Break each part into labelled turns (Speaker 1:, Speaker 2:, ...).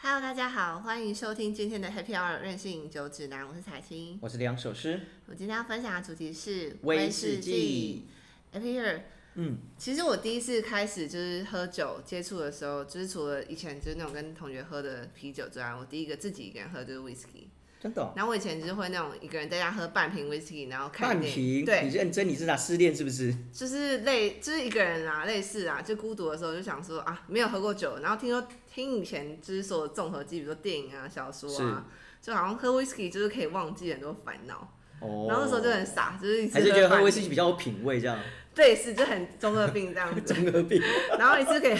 Speaker 1: Hello，大家好，欢迎收听今天的 Happy Hour 任性饮酒指南，我是彩青。
Speaker 2: 我是两首诗，
Speaker 1: 我今天要分享的主题是
Speaker 2: 威士忌。。
Speaker 1: Happy Hour，
Speaker 2: 嗯，
Speaker 1: 其实我第一次开始就是喝酒接触的时候，就是除了以前就是那种跟同学喝的啤酒之外，我第一个自己一个人喝就是 whisky。
Speaker 2: 真的、哦。
Speaker 1: 然后我以前就是会那种一个人在家喝半瓶 whisky，然后看
Speaker 2: 半
Speaker 1: 电影
Speaker 2: 瓶，
Speaker 1: 对
Speaker 2: 你，认真，你是啥失恋是不是？
Speaker 1: 就是类，就是一个人啊，类似啊，就孤独的时候就想说啊，没有喝过酒，然后听说听以前就是所有综合剧，比如说电影啊、小说啊，就好像喝 whisky 就是可以忘记很多烦恼，
Speaker 2: 哦，
Speaker 1: 然后那时候就很傻，就是一次
Speaker 2: 还是觉得喝
Speaker 1: 半
Speaker 2: 威士忌比较有品味，这样
Speaker 1: 类似就很中二病这样子，
Speaker 2: 中二病。
Speaker 1: 然后一次可以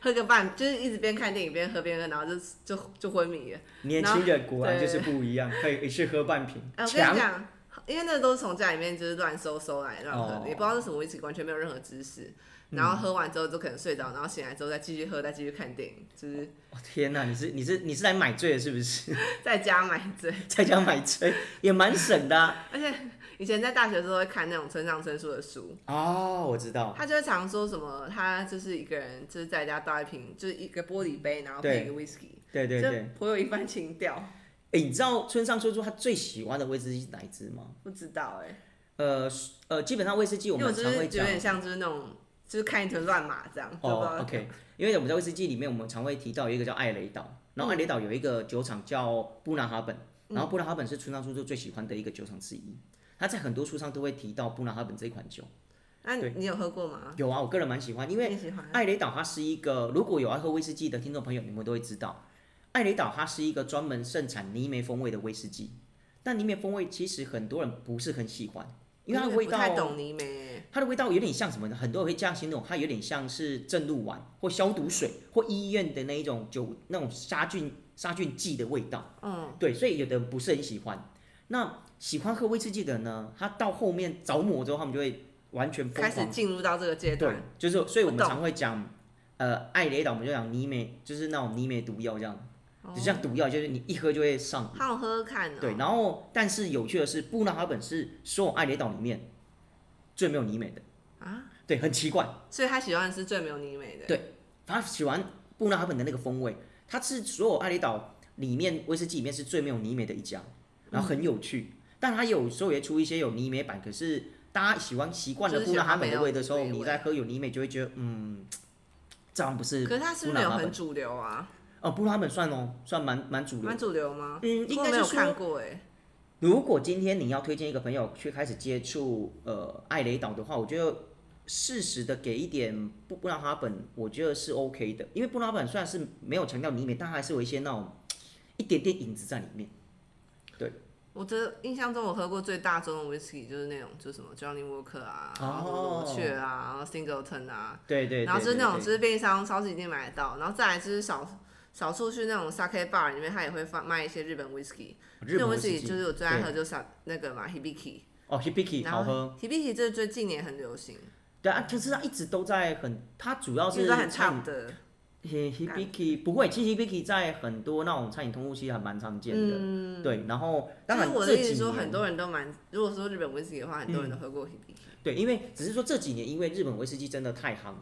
Speaker 1: 喝个半，就是一直边看电影边喝边喝，然后就就就昏迷了。
Speaker 2: 年轻人果然就是不一样，可以一次喝半瓶，
Speaker 1: 哎、我跟
Speaker 2: 强
Speaker 1: 你讲，因为那都是从家里面就是乱搜搜来乱喝的，
Speaker 2: 哦嗯
Speaker 1: 也不知道是什么威士忌，完全没有任何知识。然后喝完之后就可能睡着，然后醒来之后再继续喝，再继续看电影，就是
Speaker 2: 哦天哪，你是你是你是来买醉的，是不是？
Speaker 1: 在家买醉。
Speaker 2: 在家买醉也蛮省的啊、
Speaker 1: 而且以前在大学的时候会看那种村上春树的书，
Speaker 2: 哦，我知道，
Speaker 1: 他就会常说什么，他就是一个人就是在家倒一瓶，就是一个玻璃杯，然后配一个 whisky，
Speaker 2: 对对对。
Speaker 1: 就颇有一番情调。
Speaker 2: 哎、你知道村上春树他最喜欢的威士忌是哪一支吗？
Speaker 1: 不知道哎、
Speaker 2: 呃呃，基本上威士忌我
Speaker 1: 因为我
Speaker 2: 们
Speaker 1: 就
Speaker 2: 常
Speaker 1: 是
Speaker 2: 会
Speaker 1: 有
Speaker 2: 讲
Speaker 1: 点像就是那种就是看一团乱麻这样，就不知
Speaker 2: 哦
Speaker 1: 道
Speaker 2: ，OK，因为我们在威士忌里面，我们常会提到有一个叫艾雷岛，然后艾雷岛有一个酒厂叫布纳哈本，
Speaker 1: 嗯
Speaker 2: 然后布纳哈本是村上春树最喜欢的一个酒厂之一。他在很多书上都会提到布纳哈本这一款酒。
Speaker 1: 那你
Speaker 2: 对
Speaker 1: 你有喝过吗？
Speaker 2: 有啊，我个人蛮喜欢，因为
Speaker 1: 你喜欢？啊
Speaker 2: 艾雷岛它是一个，如果有爱喝威士忌的听众朋友，你们都会知道，艾雷岛它是一个专门盛产泥煤风味的威士忌。但泥煤风味其实很多人不是很喜欢，因为它的味
Speaker 1: 不太
Speaker 2: 道，
Speaker 1: 懂泥煤，
Speaker 2: 它的味道有点像什么呢？很多人会这样形容，它有点像是镇露丸或消毒水或医院的那一种酒那种杀菌杀菌剂的味道。
Speaker 1: 嗯，
Speaker 2: 对，所以有的人不是很喜欢。那喜欢喝威士忌的人呢，他到后面着魔之后，他们就会完全疯
Speaker 1: 开始
Speaker 2: 狂
Speaker 1: 进入到这个阶
Speaker 2: 对
Speaker 1: 段，，
Speaker 2: 就是所以我们
Speaker 1: 我懂
Speaker 2: 常会讲，呃，艾雷岛我们就讲尼美，就是那种尼美毒药这样，
Speaker 1: 哦
Speaker 2: 就像毒药，就是你一喝就会上瘾。
Speaker 1: 好喝看哦。
Speaker 2: 对，然后但是有趣的是，布纳哈本是所有艾雷岛里面最没有尼美的
Speaker 1: 啊，
Speaker 2: 对，很奇怪，
Speaker 1: 所以他喜欢的是最没有泥煤的。
Speaker 2: 对他喜欢布纳哈本的那个风味，它是所有艾雷岛里面威士忌里面是最没有泥煤的一家，然
Speaker 1: 嗯
Speaker 2: 后很有趣，但它有时候也出一些有泥煤版，可是大家喜欢习惯了
Speaker 1: 就是
Speaker 2: 布纳哈本
Speaker 1: 喜
Speaker 2: 的
Speaker 1: 欢没有
Speaker 2: 味的时候，
Speaker 1: 泥煤味
Speaker 2: 你在喝有泥煤就会觉得，嗯，这样不是
Speaker 1: 可是他是不是没有很主流啊？
Speaker 2: 哦，布拉本算哦，算蛮蛮主流
Speaker 1: 蛮
Speaker 2: 的。
Speaker 1: 主流吗？
Speaker 2: 嗯应该
Speaker 1: 我
Speaker 2: 是
Speaker 1: 没有
Speaker 2: 说
Speaker 1: 看过哎。
Speaker 2: 如果今天你要推荐一个朋友去开始接触呃艾雷岛的话，我觉得适时的给一点布布拉哈本，我觉得是 OK 的，因为布拉哈本虽然是没有强调里面，但它还是有一些那种一点点影子在里面。
Speaker 1: 我的印象中，我喝过最大宗的 whisky 就是那种，就是什么 Johnny Walker 啊，
Speaker 2: 哦
Speaker 1: 然后罗雀啊，然后 Singleton 啊，
Speaker 2: 对对对
Speaker 1: 然后就是那种
Speaker 2: 对
Speaker 1: 就是便利商超市一定买得到，然后再来就是少少数去那种 sake bar 里面，它也会放卖一些日本 whisky，日
Speaker 2: 日本威
Speaker 1: 本
Speaker 2: 士
Speaker 1: whisky
Speaker 2: 忌
Speaker 1: 就是我最爱喝
Speaker 2: 对
Speaker 1: 就是那个嘛 Hibiki，
Speaker 2: 哦 Hibiki
Speaker 1: 然
Speaker 2: 好
Speaker 1: 后
Speaker 2: 喝，
Speaker 1: Hibiki 就是最近年很流行，
Speaker 2: 对啊，可是它一直都在很，它主要
Speaker 1: 就是是很
Speaker 2: 哦唱
Speaker 1: top 的，
Speaker 2: Hibiki 不会，其实 Hibiki 在很多那种餐饮通路其实还蛮常见的。
Speaker 1: 嗯，
Speaker 2: 对，然后当
Speaker 1: 就是
Speaker 2: 然
Speaker 1: 我的
Speaker 2: 这
Speaker 1: 意思
Speaker 2: 几
Speaker 1: 说，
Speaker 2: 年
Speaker 1: 很多人都蛮，如果说日本 whisky 的话，很多人都喝过 Hibiki，
Speaker 2: 对，因为只是说这几年，因为日本威士忌真的太夯了，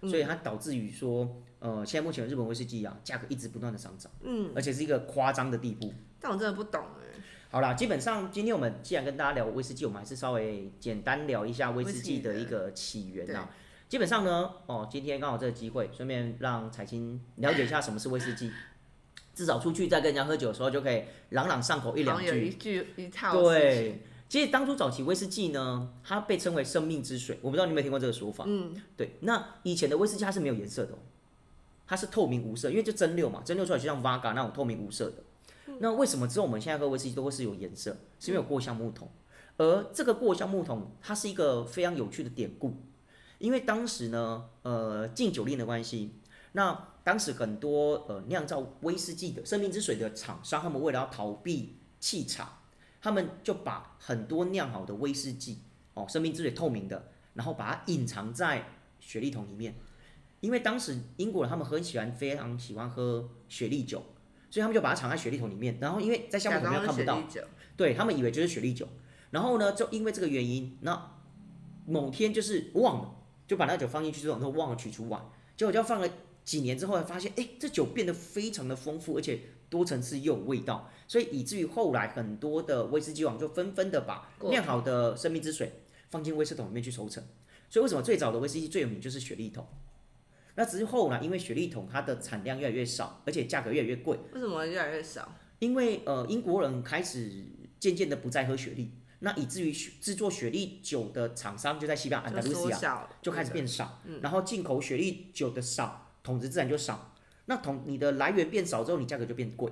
Speaker 2: 嗯
Speaker 1: 嗯
Speaker 2: 所以它导致于说，呃，现在目前的日本威士忌啊，价格一直不断的上涨，
Speaker 1: 嗯，
Speaker 2: 而且是一个夸张的地步。
Speaker 1: 但我真的不懂哎。
Speaker 2: 好啦，基本上今天我们既然跟大家聊威士忌，我们还是稍微简单聊一下威士忌的一个起源啊。基本上呢，哦，今天刚好这个机会，顺便让彩青了解一下什么是威士忌，至少出去在跟人家喝酒的时候就可以朗朗上口一
Speaker 1: 然
Speaker 2: 两
Speaker 1: 后有
Speaker 2: 句
Speaker 1: 一。句一套事情
Speaker 2: 对，其实当初早期威士忌呢，它被称为生命之水，我不知道你有没有听过这个说法。
Speaker 1: 嗯，
Speaker 2: 对，那以前的威士忌它是没有颜色的、哦，它是透明无色，因为就蒸馏嘛，蒸馏出来就像 v a g a 那种透明无色
Speaker 1: 嗯
Speaker 2: 的。那为什么只有我们现在喝威士忌都会是有颜色？是因为有过橡木桶，而这个过橡木桶它是一个非常有趣的典故，因为当时呢，呃，禁酒令的关系，那当时很多呃酿造威士忌的生命之水的厂商，他们为了要逃避气场，他们就把很多酿好的威士忌哦，生命之水透明的，然后把它隐藏在雪莉桶里面，因为当时英国人他们很喜欢，非常喜欢喝雪莉酒，所以他们就把它藏在雪莉桶里面。然后因为在橡
Speaker 1: 假
Speaker 2: 木桶
Speaker 1: 装是
Speaker 2: 里面看
Speaker 1: 雪
Speaker 2: 不到
Speaker 1: 莉，酒，
Speaker 2: 对他们以为就是雪莉酒。然后呢，就因为这个原因，那某天就是忘了，就把那酒放进去之后，都忘了取出碗，结果就放了几年之后才发现，哎，这酒变得非常的丰富，而且多层次又有味道，所以以至于后来很多的威士忌王就纷纷的把
Speaker 1: 过
Speaker 2: 酿好的生命之水放进威士桶里面去抽成。所以为什么最早的威士忌最有名就是雪莉桶？那只是后来因为雪莉桶它的产量越来越少，而且价格越来越贵，
Speaker 1: 为什么越来越少？
Speaker 2: 因为呃英国人开始渐渐的不再喝雪莉，那以至于雪制作雪莉酒的厂商就在西班牙安达
Speaker 1: 就
Speaker 2: 卢西
Speaker 1: 缩
Speaker 2: 亚
Speaker 1: 小，
Speaker 2: 就开始变少，
Speaker 1: 嗯
Speaker 2: 然后进口雪莉酒的少，桶子自然就少。那桶你的来源变少之后，你价格就变贵。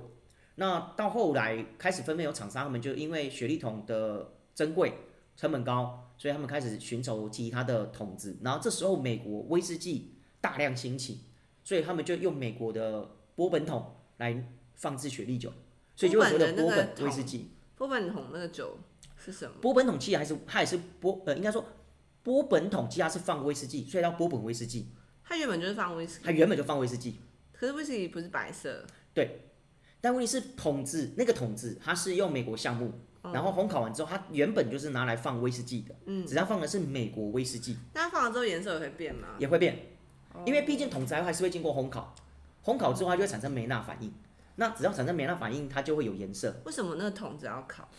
Speaker 2: 那到后来开始分辨有厂商，他们就因为雪莉桶的珍贵、成本高，所以他们开始寻求其他的桶子。然后这时候美国威士忌大量兴起，所以他们就用美国的波本桶来放置雪莉酒，所以就会所谓的
Speaker 1: 波
Speaker 2: 波
Speaker 1: 本的那个
Speaker 2: 本威士忌。
Speaker 1: 波本桶那个酒是什么？
Speaker 2: 波本桶其实还是它也是波呃，应该说波本桶其实它是放威士忌，所以叫波本威士忌。
Speaker 1: 它原本就是放威士
Speaker 2: 它
Speaker 1: 忌，
Speaker 2: 原本就放威士忌，
Speaker 1: 可是威士忌不是白色，
Speaker 2: 但问题是桶子那个桶子它是用美国橡木，
Speaker 1: 哦
Speaker 2: 然后烘烤完之后，它原本就是拿来放威士忌的，嗯，只要放的是美国威士忌
Speaker 1: 那它放了之后颜色也会变吗？
Speaker 2: 也会变，
Speaker 1: 哦
Speaker 2: 因为毕竟桶子还是会经过烘烤，烘烤之后它就会产生梅纳反应，那只要产生梅纳反应，它就会有颜色，
Speaker 1: 为什么那个桶子要烤？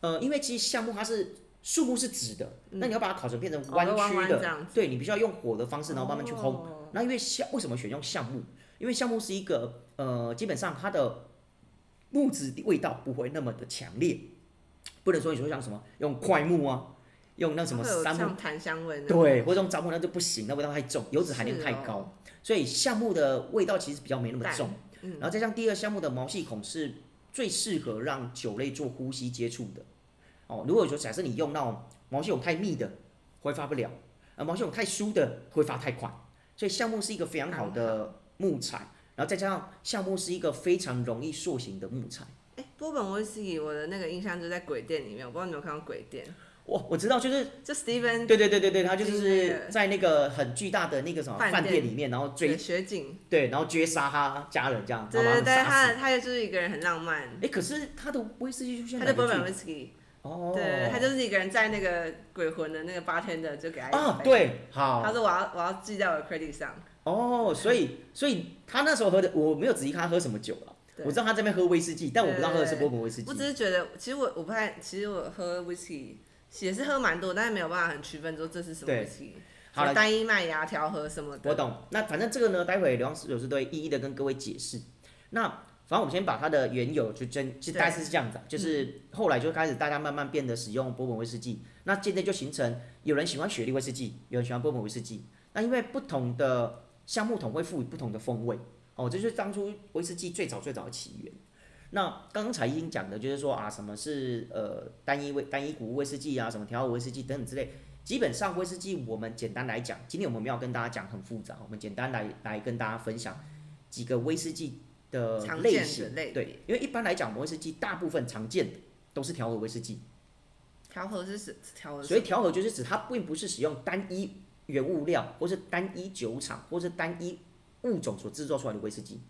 Speaker 2: 呃，因为其实橡木它是树木是直的，那你要把它烤成变成
Speaker 1: 哦会嗯弯
Speaker 2: 曲
Speaker 1: 弯
Speaker 2: 的，
Speaker 1: 这样子
Speaker 2: 对你必须要用火的方式，然后慢慢去烘，
Speaker 1: 哦
Speaker 2: 那因为橡为什么选用橡木？因为橡木是一个呃，基本上它的木质味道不会那么的强烈，不能说你说像什么用块木啊，用那什么
Speaker 1: 它会有
Speaker 2: 杉木，
Speaker 1: 像檀香味那种？
Speaker 2: 对，或哦者用樟木那就不行，那味道太重，油脂含量太高，所以橡木的味道其实比较没那么重。然后再像第二项目的毛细孔是最适合让酒类做呼吸接触的。哦，如果说假设你用那种毛细孔太密的，挥发不了；而毛细孔太疏的，挥发太快。所以橡木是一个非常啊好的木材，然后再加上橡木是一个非常容易塑形的木材。
Speaker 1: 哎，波本威士忌，我的那个印象就在鬼店里面，我不知道你有没有看到鬼店，
Speaker 2: 我我知道，就是
Speaker 1: 就 Steven
Speaker 2: 对对对对嗯对，它就
Speaker 1: 就是那
Speaker 2: 是
Speaker 1: 个
Speaker 2: 在那个很巨大的那个什么
Speaker 1: 饭
Speaker 2: 饭
Speaker 1: 店
Speaker 2: 店里面，然后追
Speaker 1: 对雪景，
Speaker 2: 对，然后追杀他家人这样，
Speaker 1: 对
Speaker 2: 然后
Speaker 1: 对
Speaker 2: 把
Speaker 1: 对，
Speaker 2: 们杀
Speaker 1: 他
Speaker 2: 死。
Speaker 1: 他也就是一个人很浪漫，
Speaker 2: 哎，可是他的威士忌出现
Speaker 1: 他
Speaker 2: 哪
Speaker 1: 就
Speaker 2: 个
Speaker 1: 波
Speaker 2: 剧
Speaker 1: 本威士忌，
Speaker 2: 哦，
Speaker 1: 对，他就是一个人在那个鬼魂的那个 bartender 就给他一
Speaker 2: 啊，
Speaker 1: 杯，
Speaker 2: 对，
Speaker 1: 他
Speaker 2: 好
Speaker 1: 说我要我要记在我的 credit 上，
Speaker 2: 哦，所以所以他那时候喝的，我没有仔细看他喝什么酒了，
Speaker 1: 对
Speaker 2: 我知道他这边喝威士忌，但我不知道喝的是波本威士忌
Speaker 1: 我只。是觉得，其实我我不太，其实我喝 whisky 也是喝蛮多，但是没有办法很区分说这是什么
Speaker 2: 对
Speaker 1: whisky，什
Speaker 2: 好
Speaker 1: 么
Speaker 2: 了，
Speaker 1: 单一麦芽调和什么的。
Speaker 2: 我懂。那反正这个呢，待会刘老师有时都会一一的跟各位解释。那反正我们先把它的缘由就真，其实
Speaker 1: 对嗯
Speaker 2: 大概是这样子啊，就是后来就开始大家慢慢变得使用波本威士忌，那渐渐就形成有人喜欢雪莉威士忌，有人喜欢波本威士忌。那因为不同的橡木桶会赋予不同的风味哦，这就是当初威士忌最早最早的起源。那刚才已经讲的就是说啊，什么是呃单一威单一谷威士忌啊，什么调和威士忌等等之类。基本上威士忌我们简单来讲，今天我们没有跟大家讲很复杂，我们简单来来跟大家分享几个威士忌的
Speaker 1: 常见
Speaker 2: 类
Speaker 1: 的
Speaker 2: 型。
Speaker 1: 类别
Speaker 2: 对，因为一般来讲，我们威士忌大部分常见的都是调和威士忌，
Speaker 1: 调和是指调和是，
Speaker 2: 所以调和就是指它并不是使用单一原物料，或是单一酒厂，或是单一物种所制作出来的威士忌。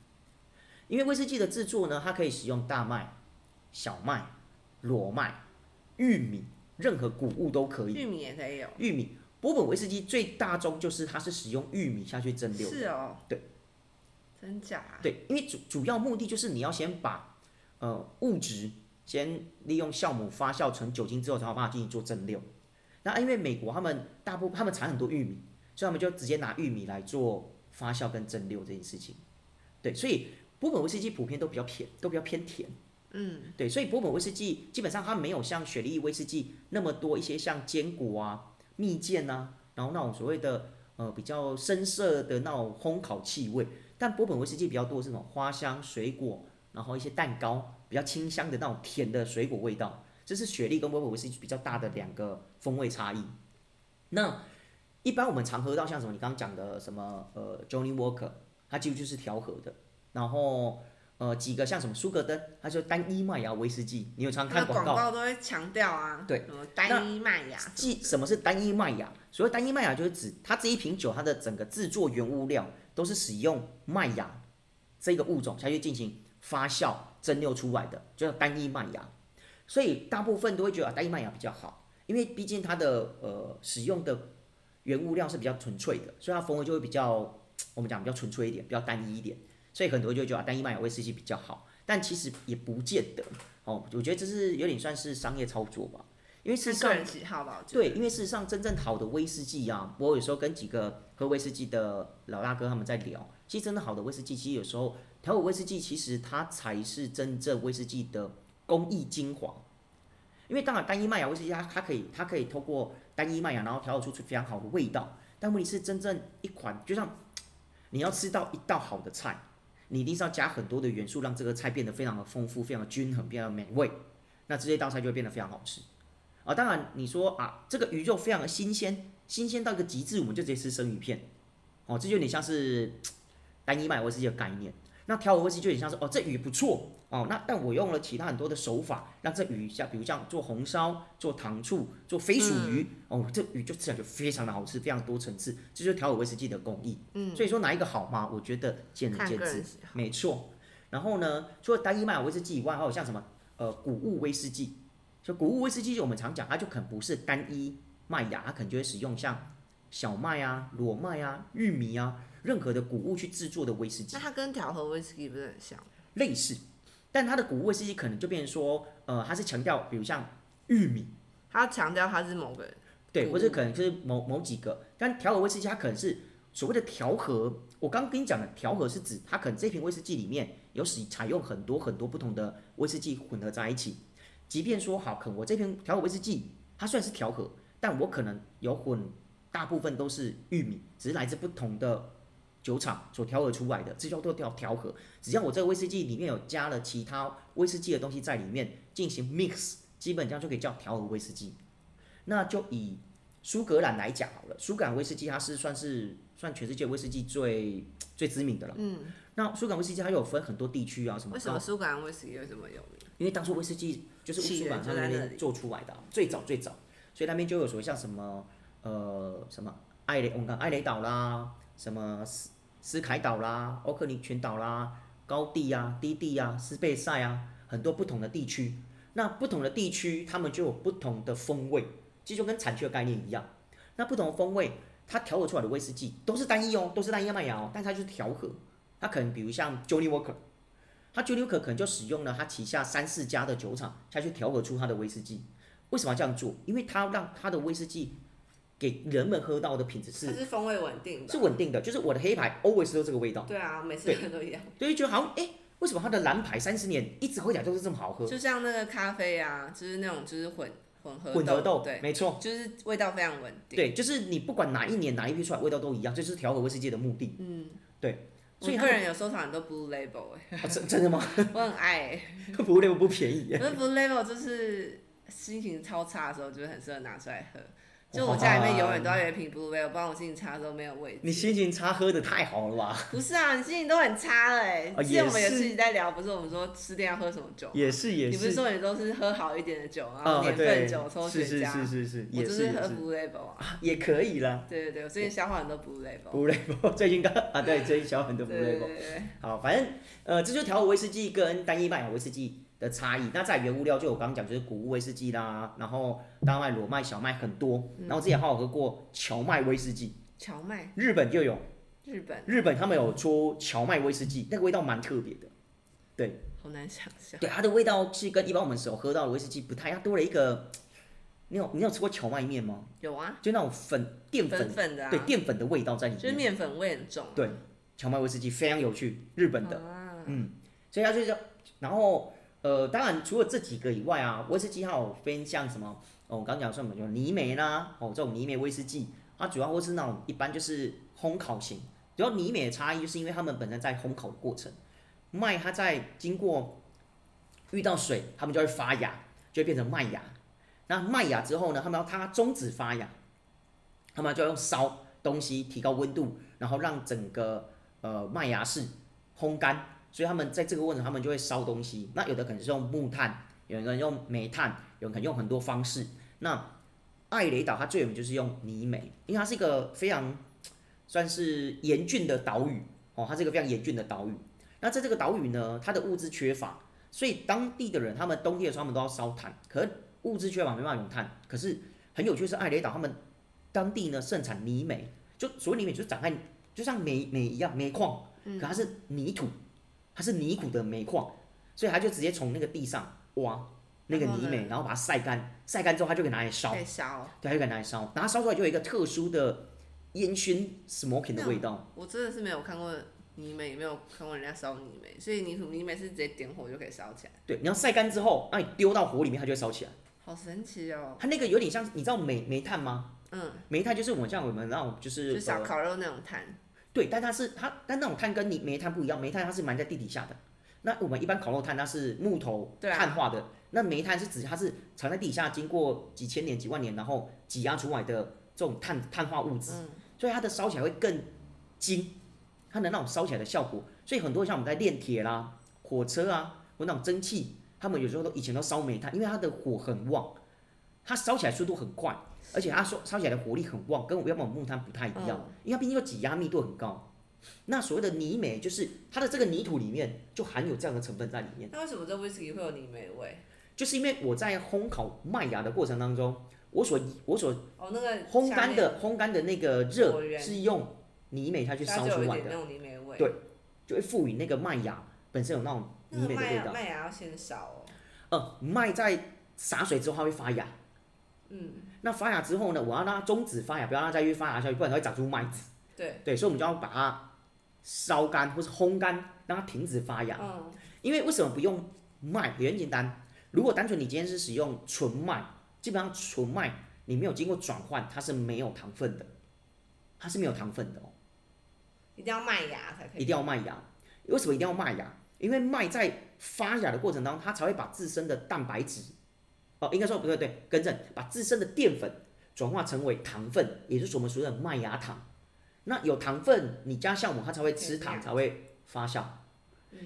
Speaker 2: 因为威士忌的制作呢，它可以使用大麦、小麦、裸麦、玉米，任何谷物都可以。
Speaker 1: 玉米也可以有，
Speaker 2: 玉米，波本威士忌最大宗就是它是使用玉米下去蒸馏的。
Speaker 1: 是哦，
Speaker 2: 对，
Speaker 1: 真假？
Speaker 2: 对，因为主主要目的就是你要先把呃物质先利用酵母发酵成酒精之后，才有办法进行做蒸馏。那因为美国他们大部他们产很多玉米，所以他们就直接拿玉米来做发酵跟蒸馏这件事情。对，所以波本威士忌普遍都比较偏，都比较偏甜。嗯，对，所以波本威士忌基本上它没有像雪莉威士忌那么多一些像坚果啊、蜜饯啊，然后那种所谓的呃比较深色的那种烘烤气味。但波本威士忌比较多是那种花香、水果，然后一些蛋糕比较清香的那种甜的水果味道，这是雪莉跟波本威士忌比较大的两个风味差异。那一般我们常喝到像什么你刚刚讲的什么呃 Johnny Walker，它几乎就是调和的，然后呃几个像什么苏格登，它就单一麦芽威士忌，你有常
Speaker 1: 它
Speaker 2: 看
Speaker 1: 的广
Speaker 2: 广告。
Speaker 1: 告都会强调啊，
Speaker 2: 对
Speaker 1: 什么单一麦芽，
Speaker 2: 即什么是单一麦芽？所谓单一麦芽，就是指它这一瓶酒它的整个制作原物料都是使用麦芽这个物种下去进行发酵蒸馏出来的，就叫单一麦芽。所以大部分都会觉得啊单一麦芽比较好，因为毕竟它的呃使用的原物料是比较纯粹的，所以它风味就会比较嘖我们讲比较纯粹一点，比较单一一点，所以很多人就会觉得啊单一麦芽威士忌比较好，但其实也不见得哦。我觉得这是有点算是商业操作吧，因为事实
Speaker 1: 看个
Speaker 2: 上
Speaker 1: 人喜好吧，我觉得
Speaker 2: 对，因为事实上，真正好的威士忌啊，我有时候跟几个喝威士忌的老大哥他们在聊，其实真的好的威士忌，其实有时候调酒威士忌，其实它才是真正威士忌的工艺精华。因为当然，单一麦芽威士忌它它可以它可以透过单一麦芽，然后调出出非常好的味道。但问题是，真正一款就像你要吃到一道好的菜，你一定是要加很多的元素，让这个菜变得非常的丰富、非常的均衡、非常的美味。那这些道菜就会变得非常好吃。啊，当然你说啊，这个鱼肉非常的新鲜，新鲜到一个极致，我们就直接吃生鱼片，哦，这就有点像是嘖单一麦威士忌的概念。那调和威士忌就有点像是哦，这鱼不错哦，那但我用了其他很多的手法，让这鱼像比如像做红烧、做糖醋、做飞鼠
Speaker 1: 嗯
Speaker 2: 鱼、哦，这鱼就吃起来就非常的好吃，非常多层次，这就是调和威士忌的工艺。嗯，所以说哪一个好嘛，我觉得见仁
Speaker 1: 看
Speaker 2: 见
Speaker 1: 个
Speaker 2: 智
Speaker 1: 人。喜好。
Speaker 2: 没错。然后呢，除了单一麦芽威士忌以外，还有像什么呃谷物威士忌。就谷物威士忌，我们常讲，它就可能不是单一麦芽，它可能就会使用像小麦啊、裸麦啊、玉米啊任何的谷物去制作的威士忌
Speaker 1: 那。它跟调和威士忌不是很像？
Speaker 2: 类似，但它的谷物威士忌可能就变成说，呃，它是强调，比如像玉米，
Speaker 1: 它强调它是某个
Speaker 2: 对，
Speaker 1: 谷
Speaker 2: 或者
Speaker 1: 物
Speaker 2: 可能就是某某几个，但调和威士忌它可能是所谓的调和。我刚刚跟你讲的调和是指它可能这瓶威士忌里面有使采用很多很多不同的威士忌混合在一起。即便说好，可能我这瓶调和威士忌它虽然是调和，但我可能有混大部分都是玉米，只是来自不同的酒厂所调和出来的，这叫做调调和。只要我这个威士忌里面有加了其他威士忌的东西在里面进行 mix，基本上就可以叫调和威士忌。那就以苏格兰来讲好了，苏格兰威士忌它是算是算全世界威士忌最最知名的了。嗯，那苏格兰威士忌它有分很多地区啊，什么
Speaker 1: 为什么苏格兰威士忌为什么有名？
Speaker 2: 因为当初威士忌就是乌苏
Speaker 1: 起源
Speaker 2: 港他们
Speaker 1: 就
Speaker 2: 那
Speaker 1: 在那
Speaker 2: 边
Speaker 1: 里
Speaker 2: 做出来的啊、最早最早，所以那边就有所谓像什么呃什么艾雷，我们讲艾雷岛啦，什么斯斯凯岛啦、奥克尼群岛啦、高地啊、低地啊、斯贝塞啊，很多不同的地区。那不同的地区，他们就有不同的风味，其实就跟产区的概念一样。那不同的风味，它调和出来的威士忌都是单一哦，都是单一麦芽哦，但它就是调和。它可能比如像 Johnny Walker，它 Johnny Walker 可能就使用了它旗下三四家的酒厂下去调和出它的威士忌。为什么要这样做？因为它让它的威士忌给人们喝到的品质
Speaker 1: 它
Speaker 2: 是
Speaker 1: 是风味稳定
Speaker 2: 是
Speaker 1: 的。
Speaker 2: 稳定的，就是我的黑牌 always 都这个味道，
Speaker 1: 对啊，每次
Speaker 2: 对
Speaker 1: 看都一样，
Speaker 2: 所以就好像哎、诶为什么它的蓝牌三十年一直喝起来都是这么好喝？
Speaker 1: 就像那个咖啡啊，就是那种就是混混合
Speaker 2: 混合豆，
Speaker 1: 对，
Speaker 2: 没错，
Speaker 1: 就是味道非常稳定。
Speaker 2: 对，就是你不管哪一年哪一批出来，味道都一样，这就是调和威士忌的目的。嗯，对，所以
Speaker 1: 我
Speaker 2: 它
Speaker 1: 个人有收藏很多 Blue Label 哎、
Speaker 2: 啊真真的吗？
Speaker 1: 我很爱、欸。
Speaker 2: 不累不便宜耶。
Speaker 1: 可是 Blue Label 就是心情超差的时候，就是很适合拿出来喝。就我家里面永远都要有一瓶 Blue Label，不然我心情差的时候没有味
Speaker 2: 你
Speaker 1: 觉。
Speaker 2: 心情差喝的太好了吧？
Speaker 1: 不是啊，你心情都很差了哎、
Speaker 2: 啊
Speaker 1: 之前我们
Speaker 2: 也
Speaker 1: 有
Speaker 2: 是
Speaker 1: 自己在聊，不是我们说吃店要喝什么酒吗？
Speaker 2: 也是也
Speaker 1: 你不是
Speaker 2: 是，
Speaker 1: 说你都是喝好一点的酒，然后
Speaker 2: 啊
Speaker 1: 年
Speaker 2: 对
Speaker 1: 份酒、抽雪
Speaker 2: 是是
Speaker 1: 茄？
Speaker 2: 是是是，
Speaker 1: 我
Speaker 2: 也
Speaker 1: 就是
Speaker 2: 也
Speaker 1: 喝
Speaker 2: 是
Speaker 1: Blue Label 啊。
Speaker 2: 也可以啦。
Speaker 1: 对对对，我最近消化很多 Blue Label。
Speaker 2: 不累不，最近刚 啊对，最近小很多
Speaker 1: 对
Speaker 2: 不
Speaker 1: 对
Speaker 2: 累不
Speaker 1: 对。对，
Speaker 2: 好，反正呃，这就是调和威士忌跟单一麦芽威士忌的差异。那在原物料，就我刚刚讲，就是谷物威士忌啦，然后大麦、裸麦、小麦很多。
Speaker 1: 嗯
Speaker 2: 然后之前还有喝过荞麦威士忌，
Speaker 1: 荞麦，
Speaker 2: 日本就有，
Speaker 1: 日本
Speaker 2: 日本他们有出荞麦威士忌，那个味道蛮特别的。
Speaker 1: 好难想象。
Speaker 2: 对，它的味道是跟一般我们所喝到的威士忌不太，它多了一个。你有你有吃过荞麦面吗？
Speaker 1: 有啊，
Speaker 2: 就那种粉淀粉，
Speaker 1: 粉粉的啊
Speaker 2: 对，淀粉的味道在里
Speaker 1: 就是
Speaker 2: 面。
Speaker 1: 面粉味很重啊。
Speaker 2: 对荞麦威士忌非常有趣，日本的。
Speaker 1: 啊，
Speaker 2: 嗯所以它就是，然后呃，当然除了这几个以外啊，威士忌还有分像什么，哦，我刚讲说什么，就泥煤啦，哦，这种泥煤威士忌，它主要或是那种一般就是烘烤型。主要泥煤的差异就是因为它们本身在烘烤的过程，麦它在经过遇到水，它们就会发芽，就会变成麦芽。那麦芽之后呢，它们要它终止发芽，它们就要用烧东西提高温度，然后让整个呃麦芽室烘干，所以他们在这个过程，他们就会烧东西。那有的可能是用木炭，有人用煤炭，有人可能用很多方式。那艾雷岛它最有名就是用泥煤，因为它是一个非常算是严峻的岛屿哦，它是一个非常严峻的岛屿。那在这个岛屿呢，它的物资缺乏，所以当地的人他们冬天的时候他们都要烧炭，可是物资缺乏没办法用炭。可是很有趣的是，艾雷岛他们当地呢盛产泥煤，就所谓泥煤就是长在就像煤煤一样，煤矿，
Speaker 1: 嗯
Speaker 2: 可它是泥土，它是泥土的煤矿，所以它就直接从那个地上挖那个
Speaker 1: 然后
Speaker 2: 泥
Speaker 1: 呢
Speaker 2: 煤，然后把它晒干，晒干之后它就可以拿来烧，
Speaker 1: 可以
Speaker 2: 对，
Speaker 1: 烧。
Speaker 2: 它就可以拿来烧，然后烧出来就有一个特殊的烟熏 smoking 的
Speaker 1: 那
Speaker 2: 味道，
Speaker 1: 我真的是没有看过泥煤，也没有看过人家烧泥煤，所以泥土泥煤是直接点火就可以烧起来，
Speaker 2: 对，你要晒干之后，让你丢到火里面，它就会烧起来。
Speaker 1: 好神奇哦。
Speaker 2: 它那个有点像，你知道煤煤炭吗？
Speaker 1: 嗯，
Speaker 2: 煤炭就是我们像我们那种就是
Speaker 1: 就小
Speaker 2: 呃
Speaker 1: 烤肉那种炭，
Speaker 2: 对，但它是它，但那种炭跟你煤炭不一样，煤炭它是埋在地底下的。那我们一般烤肉炭它是木头
Speaker 1: 对啊
Speaker 2: 碳化的，那煤炭是指它是藏在地下，经过几千年、几万年，然后挤压出来的这种碳碳化物质，
Speaker 1: 嗯
Speaker 2: 所以它的烧起来会更精，它的那种烧起来的效果。所以很多像我们在炼铁啦、火车啊，或那种蒸汽，他们有时候都以前都烧煤炭，因为它的火很旺，它烧起来速度很快，而且它烧烧起来的火力很旺，跟我们要么木炭不太一样，
Speaker 1: 嗯
Speaker 2: 因为它毕竟有挤压密度很高。那所谓的泥煤，就是它的这个泥土里面就含有这样的成分在里面。
Speaker 1: 那为什么这 whisky 会有泥煤味？
Speaker 2: 就是因为我在烘烤麦芽的过程当中，我所我所
Speaker 1: 哦，那个
Speaker 2: 烘
Speaker 1: 嗯下
Speaker 2: 干
Speaker 1: 面
Speaker 2: 的烘干的那个热
Speaker 1: 火源
Speaker 2: 是用泥煤它去
Speaker 1: 它
Speaker 2: 烧
Speaker 1: 就有
Speaker 2: 出
Speaker 1: 一
Speaker 2: 来
Speaker 1: 点那
Speaker 2: 的，
Speaker 1: 种泥煤味。
Speaker 2: 对就会赋予那个麦芽本身有那种
Speaker 1: 那
Speaker 2: 泥
Speaker 1: 个
Speaker 2: 煤
Speaker 1: 嗯
Speaker 2: 的
Speaker 1: 麦
Speaker 2: 味
Speaker 1: 芽
Speaker 2: 道。
Speaker 1: 麦芽要先烧哦。
Speaker 2: 呃，麦在洒水之后它会发芽，
Speaker 1: 嗯，
Speaker 2: 那发芽之后呢，我要让它终止发芽，不要让它再越发芽下去，不然它会长出麦子。
Speaker 1: 对，
Speaker 2: 对，所以我们就要把它烧干或是烘干，让它停止发芽。
Speaker 1: 嗯，
Speaker 2: 因为为什么不用麦？也很简单，如果单纯你今天是使用纯麦，基本上纯麦你没有经过转换，它是没有糖分的，它是没有糖分的哦，
Speaker 1: 一定要麦芽才可以。
Speaker 2: 一定要麦芽。为什么一定要麦芽？因为麦在发芽的过程当中，它才会把自身的蛋白质，哦，应该说不对，对，更正，把自身的淀粉转化成为糖分，也就是我们所谓的麦芽糖。那有糖分，你加酵母，它才会吃糖，才会发酵。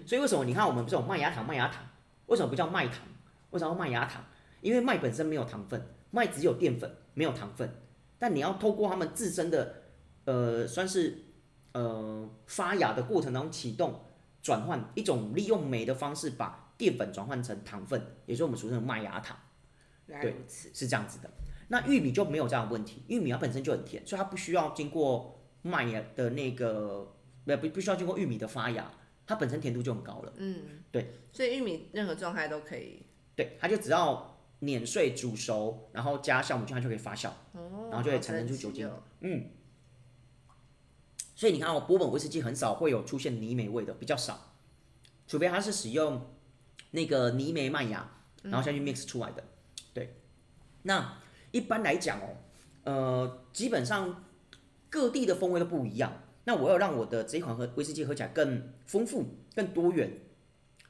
Speaker 2: 所以为什么你看我们这种麦芽糖，麦芽糖为什么不叫麦糖？为什么叫麦芽糖？因为麦本身没有糖分，麦只有淀粉，没有糖分。但你要透过它们自身的呃，算是呃发芽的过程当中启动转换一种利用酶的方式，把淀粉转换成糖分，也就是我们俗称的麦芽糖。
Speaker 1: 原来
Speaker 2: 对
Speaker 1: 如此。
Speaker 2: 是这样子的。那玉米就没有这样的问题，玉米它本身就很甜，所以它不需要经过麦芽的那个，不不不需要经过玉米的发芽，它本身甜度就很高了。
Speaker 1: 嗯，
Speaker 2: 对。
Speaker 1: 所以玉米任何状态都可以。
Speaker 2: 对，它就只要碾碎煮熟，然后加酵母菌，它就可以发酵。
Speaker 1: 哦。
Speaker 2: 然后就会
Speaker 1: 好
Speaker 2: 产生出
Speaker 1: 神
Speaker 2: 酒
Speaker 1: 奇
Speaker 2: 精
Speaker 1: 哦
Speaker 2: 所以你看哦，波本威士忌很少会有出现泥煤味的，比较少，除非它是使用那个泥煤麦芽，然后下去 mix 出来的。对，那一般来讲哦，呃，基本上各地的风味都不一样。那我要让我的这一款喝威士忌喝起来更丰富、更多元，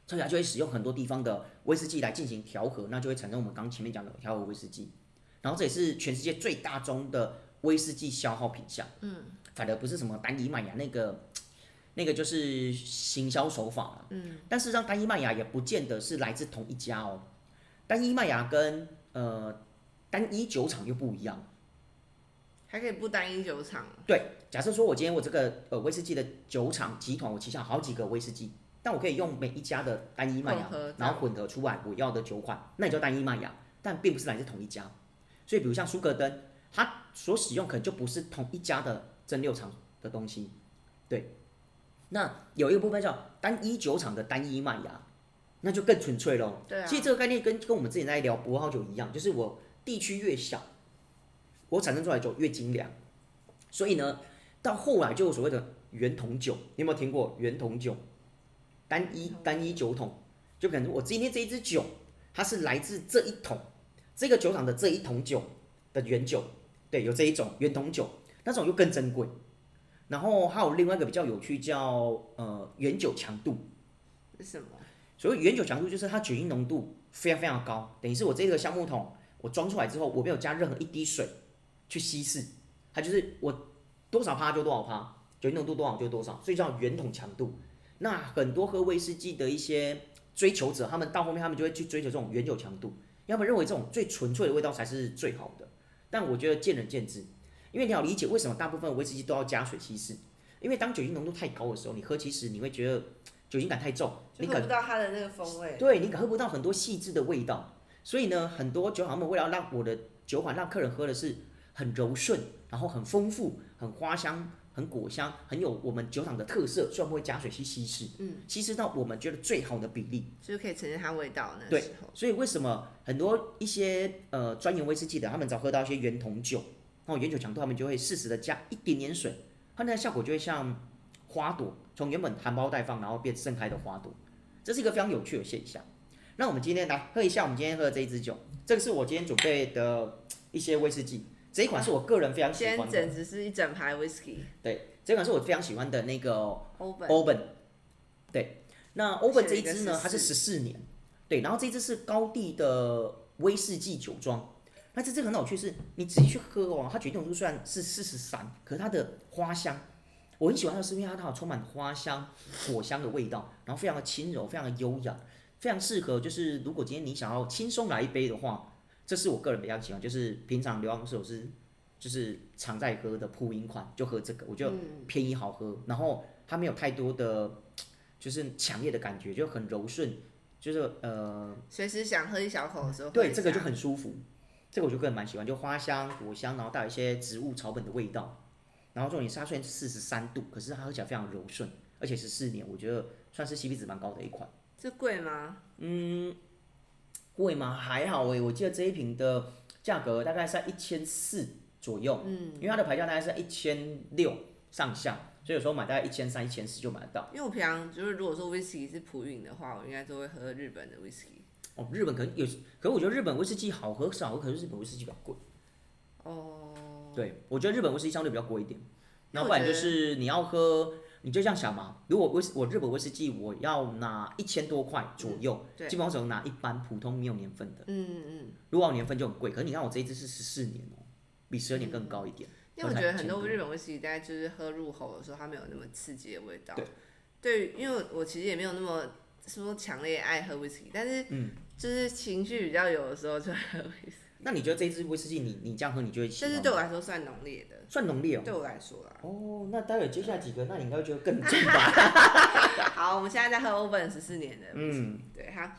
Speaker 2: 所以它就会使用很多地方的威士忌来进行调和，那就会产生我们刚前面讲的调和威士忌。然后这也是全世界最大宗的威士忌消耗品项。反而不是什么单一麦芽那个，那个就是行销手法了。嗯，但事实上单一麦芽也不见得是来自同一家哦。单一麦芽跟呃单一酒厂又不一样。
Speaker 1: 还可以不单一酒厂哦。
Speaker 2: 假设说我今天我这个呃威士忌的酒厂集团，我旗下好几个威士忌，但我可以用每一家的单一麦芽
Speaker 1: 混合，这
Speaker 2: 然
Speaker 1: 样
Speaker 2: 后混合出来我要的酒款，那也叫单一麦芽，但并不是来自同一家。所以比如像苏格登，它所使用可能就不是同一家的蒸馏厂的东西。对，那有一个部分叫单一酒厂的单一麦芽，那就更纯粹喽。
Speaker 1: 对啊。
Speaker 2: 其实这个概念跟跟我们之前在聊博号酒一样，就是我地区越小，我产生出来的酒越精良。所以呢，到后来就有所谓的圆桶酒，你有没有听过圆桶酒？单一单一酒桶，就可能我今天这一支酒，它是来自这一桶这个酒厂的这一桶酒的原酒，对，有这一种圆桶酒，那种又更珍贵。然后还有另外一个比较有趣叫呃原酒强度，
Speaker 1: 是什么？
Speaker 2: 所谓原酒强度就是它酒精浓度非常非常高，等于是我这个橡木桶我装出来之后，我没有加任何一滴水去稀释，它就是我多少趴就多少趴，酒精浓度多少就多少，所以叫原桶强度。那很多喝威士忌的一些追求者，他们到后面他们就会去追求这种原酒强度，要么认为这种最纯粹的味道才是最好的。但我觉得见仁见智，因为你要理解为什么大部分威士忌都要加水稀释，因为当酒精浓度太高的时候，你喝其实你会觉得酒精感太重，你
Speaker 1: 就喝
Speaker 2: 可能
Speaker 1: 不到它的那个风味。
Speaker 2: 对你喝不到很多细致的味道。所以呢，很多酒行们为了让我的酒款让客人喝的是很柔顺，然后很丰富、很花香、很果香，很有我们酒厂的特色，所以我们会加水去稀释，
Speaker 1: 嗯，
Speaker 2: 稀释到我们觉得最好的比例。
Speaker 1: 就是可以呈现它味道那
Speaker 2: 对
Speaker 1: 时候，
Speaker 2: 所以为什么很多一些呃钻研威士忌的，他们只要喝到一些原桶酒，那种原酒强度，他们就会适时的加一点点水，它那个效果就会像花朵从原本含苞待放，然后变盛开的花朵，这是一个非常有趣的现象。那我们今天来喝一下我们今天喝的这一支酒，这个是我今天准备的一些威士忌，这一款是我个人非常喜
Speaker 1: 今天
Speaker 2: 欢的呃
Speaker 1: 简，直是一整排 whisky
Speaker 2: 对，这款是我非常喜欢的那个
Speaker 1: open，
Speaker 2: 欧本，对，那欧本这一支
Speaker 1: 选一
Speaker 2: 呢
Speaker 1: 个，
Speaker 2: 它是
Speaker 1: 14
Speaker 2: 十四年，对，然后这一支是高地的威士忌酒庄。那这支很有趣是，你仔细去喝哦，它酒精浓度虽然是四十三，可是它的花香，我很喜欢它，是因为它它有充满花香、果香的味道，然后非常的轻柔，非常的优雅，非常适合就是如果今天你想要轻松来一杯的话，这是我个人比较喜欢，就是平常流浪手是就是常在喝的普饮款，就喝这个，我觉得便宜好喝，然后它没有太多的，就是强烈的感觉，就很柔顺，就是呃，
Speaker 1: 随时想喝一小口的时候，
Speaker 2: 对，这个就很舒服，这个我就个人蛮喜欢，就花香、果香，然后带有一些植物草本的味道，然后重点是它虽然四十三度，可是它喝起来非常柔顺，而且十四年，我觉得算是 CP 值蛮高的一款。
Speaker 1: 这贵吗？
Speaker 2: 贵吗？还好诶、欸我记得这一瓶的价格大概是在一千四左右，嗯，因为它的牌价大概是在一千六上下，所以有时候买大概一千三、一千四就买得到。
Speaker 1: 因为我平常就是如果说 whisky 是普饮的话，我应该都会喝日本的 whisky。
Speaker 2: 哦，日本可能有，可是我觉得日本威士忌好喝是好喝，可是日本威士忌比较贵。
Speaker 1: 哦，
Speaker 2: 对，我觉得日本威士忌相对比较贵一点。
Speaker 1: 那
Speaker 2: 那
Speaker 1: 我
Speaker 2: 不然就
Speaker 1: 觉得
Speaker 2: 是你要喝，你就这样想嘛。如果威士我日本威士忌我要拿一千多块左右，
Speaker 1: 嗯对
Speaker 2: 基本上只能拿一般普通没有年份的。
Speaker 1: 嗯嗯，
Speaker 2: 如果有年份就很贵，可是你看我这一支是十四年哦，比十二年更高一点。
Speaker 1: 因为我觉得很多
Speaker 2: 不然才
Speaker 1: 日本威士忌大概就是喝入口的时候，它没有那么刺激的味道。
Speaker 2: 对
Speaker 1: 对，因为我其实也没有那么说强烈爱喝威士忌，但是
Speaker 2: 嗯
Speaker 1: 就是情绪比较有的时候就喝威士忌，
Speaker 2: 那你觉得这一支威士忌你你这样喝你就会喜
Speaker 1: 但
Speaker 2: 欢
Speaker 1: 是
Speaker 2: 吗？
Speaker 1: 对我来说算浓烈的，
Speaker 2: 算浓烈哦。
Speaker 1: 对我来说啦。
Speaker 2: 哦，那待会接下来几个，那你应该会觉得更重 吧？
Speaker 1: 好，我们现在在喝 Open 十四年的，
Speaker 2: 嗯，
Speaker 1: 对它。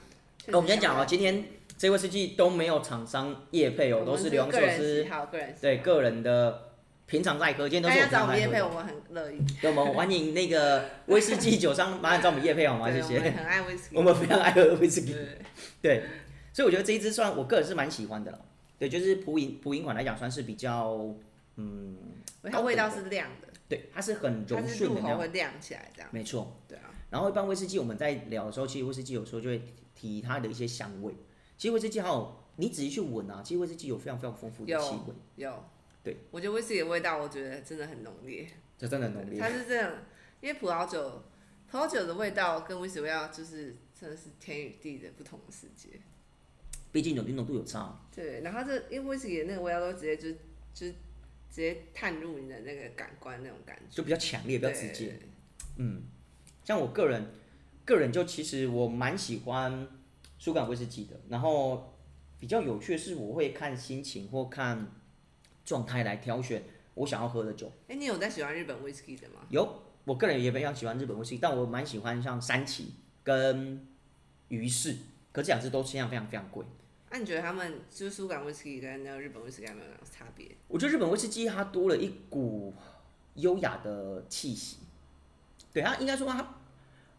Speaker 2: 那我们先讲哦，，今天这威士忌都没有厂商业配哦，
Speaker 1: 我
Speaker 2: 都
Speaker 1: 们
Speaker 2: 是
Speaker 1: 是
Speaker 2: 流浪
Speaker 1: 个
Speaker 2: 寿
Speaker 1: 人
Speaker 2: 司
Speaker 1: 喜好，个人喜好
Speaker 2: 对个人的平常在喝，今天都
Speaker 1: 大
Speaker 2: 是我
Speaker 1: 家
Speaker 2: 平
Speaker 1: 找我
Speaker 2: 常
Speaker 1: 们
Speaker 2: 在
Speaker 1: 业
Speaker 2: 喝
Speaker 1: 配，哦我
Speaker 2: 的。
Speaker 1: 们很乐意。
Speaker 2: 对，我们欢迎那个威士忌酒商，麻烦找我们业配好啊吗？谢
Speaker 1: 对，我们
Speaker 2: 谢。
Speaker 1: 很爱威士忌。
Speaker 2: 我们非常爱喝威士忌，
Speaker 1: 对
Speaker 2: 对，所以我觉得这一支算我个人是蛮喜欢的了。对，就是普饮普饮款来讲，算是比较，嗯，
Speaker 1: 它味道是亮的，
Speaker 2: 对，它是很柔
Speaker 1: 它是
Speaker 2: 顺
Speaker 1: 入
Speaker 2: 的那
Speaker 1: 口
Speaker 2: 样，
Speaker 1: 会亮起来，这样。
Speaker 2: 没错。
Speaker 1: 对啊，
Speaker 2: 然后一般威士忌我们在聊的时候，其实威士忌有时候就会提它的一些香味。其实威士忌还有你仔细去闻啊，其实威士忌有非常非常丰富的
Speaker 1: 有
Speaker 2: 气味，
Speaker 1: 有。
Speaker 2: 对，
Speaker 1: 我觉得威士忌的味道，我觉得真的很浓烈。
Speaker 2: 这真的很浓烈。
Speaker 1: 它是这样，因为葡萄酒，葡萄酒的味道跟威士忌味道就是真的是天与地的不同的世界。
Speaker 2: 毕竟酒精浓度有差，
Speaker 1: 对，然后这因为威士忌的那个味道都直接就就直接探入你的那个感官那种感觉，
Speaker 2: 就比较强烈，比较直
Speaker 1: 对
Speaker 2: 接。。嗯，像我个人，个人就其实我蛮喜欢苏格兰威士忌的。然后比较有趣的是，我会看心情或看状态来挑选我想要喝的酒。
Speaker 1: 哎，你有在喜欢日本威士忌的吗？
Speaker 2: 有，我个人也非常喜欢日本威士忌，但我蛮喜欢像三崎跟鱼市，可这两支都非常非常非常贵。
Speaker 1: 那、你觉得他们就是苏格兰威士忌跟那个日本威士忌有没有那种差别？
Speaker 2: 我觉得日本威士忌它多了一股优雅的气息，对它应该说它，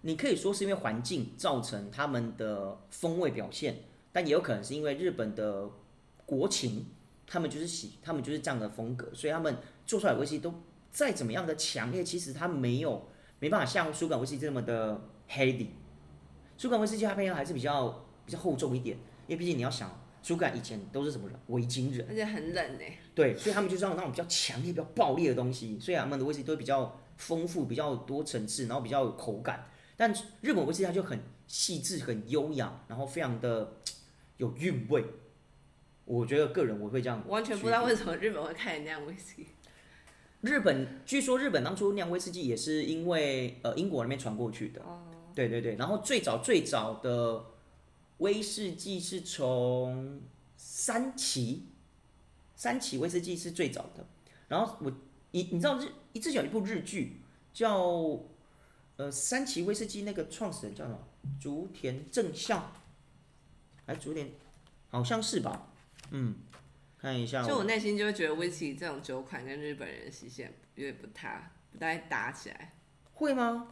Speaker 2: 你可以说是因为环境造成他们的风味表现，但也有可能是因为日本的国情，他们就是喜，他们就是这样的风格，所以他们做出来的威士忌都再怎么样的强烈，其实它没有没办法像苏格兰威士忌这么的 heady。苏格兰威士忌它配料还是比较比较厚重一点，因为毕竟你要想，苏格兰以前都是什么人？维京人。
Speaker 1: 而且很冷哎、
Speaker 2: 对，所以他们就是要那种比较强烈、比较暴烈的东西，所以他们的威士忌都会比较丰富、比较多层次，然后比较有口感。但日本威士忌它就很细致、很优雅，然后非常的有韵味。我觉得个人我会这样，
Speaker 1: 我完全不知道为什么日本会开人那样威士忌。
Speaker 2: 日本据说日本当初酿威士忌也是因为呃英国那边传过去的。对对对，然后最早最早的威士忌是从三崎，三崎威士忌是最早的。然后我你你知道日一之前有一部日剧叫呃三崎威士忌那个创始人叫什么？竹田正孝，哎竹田好像是吧？嗯，看一下
Speaker 1: 就
Speaker 2: 我
Speaker 1: 我内心就会觉得威士忌这种酒款跟日本人的习性有点不搭，不太打起来。
Speaker 2: 会吗？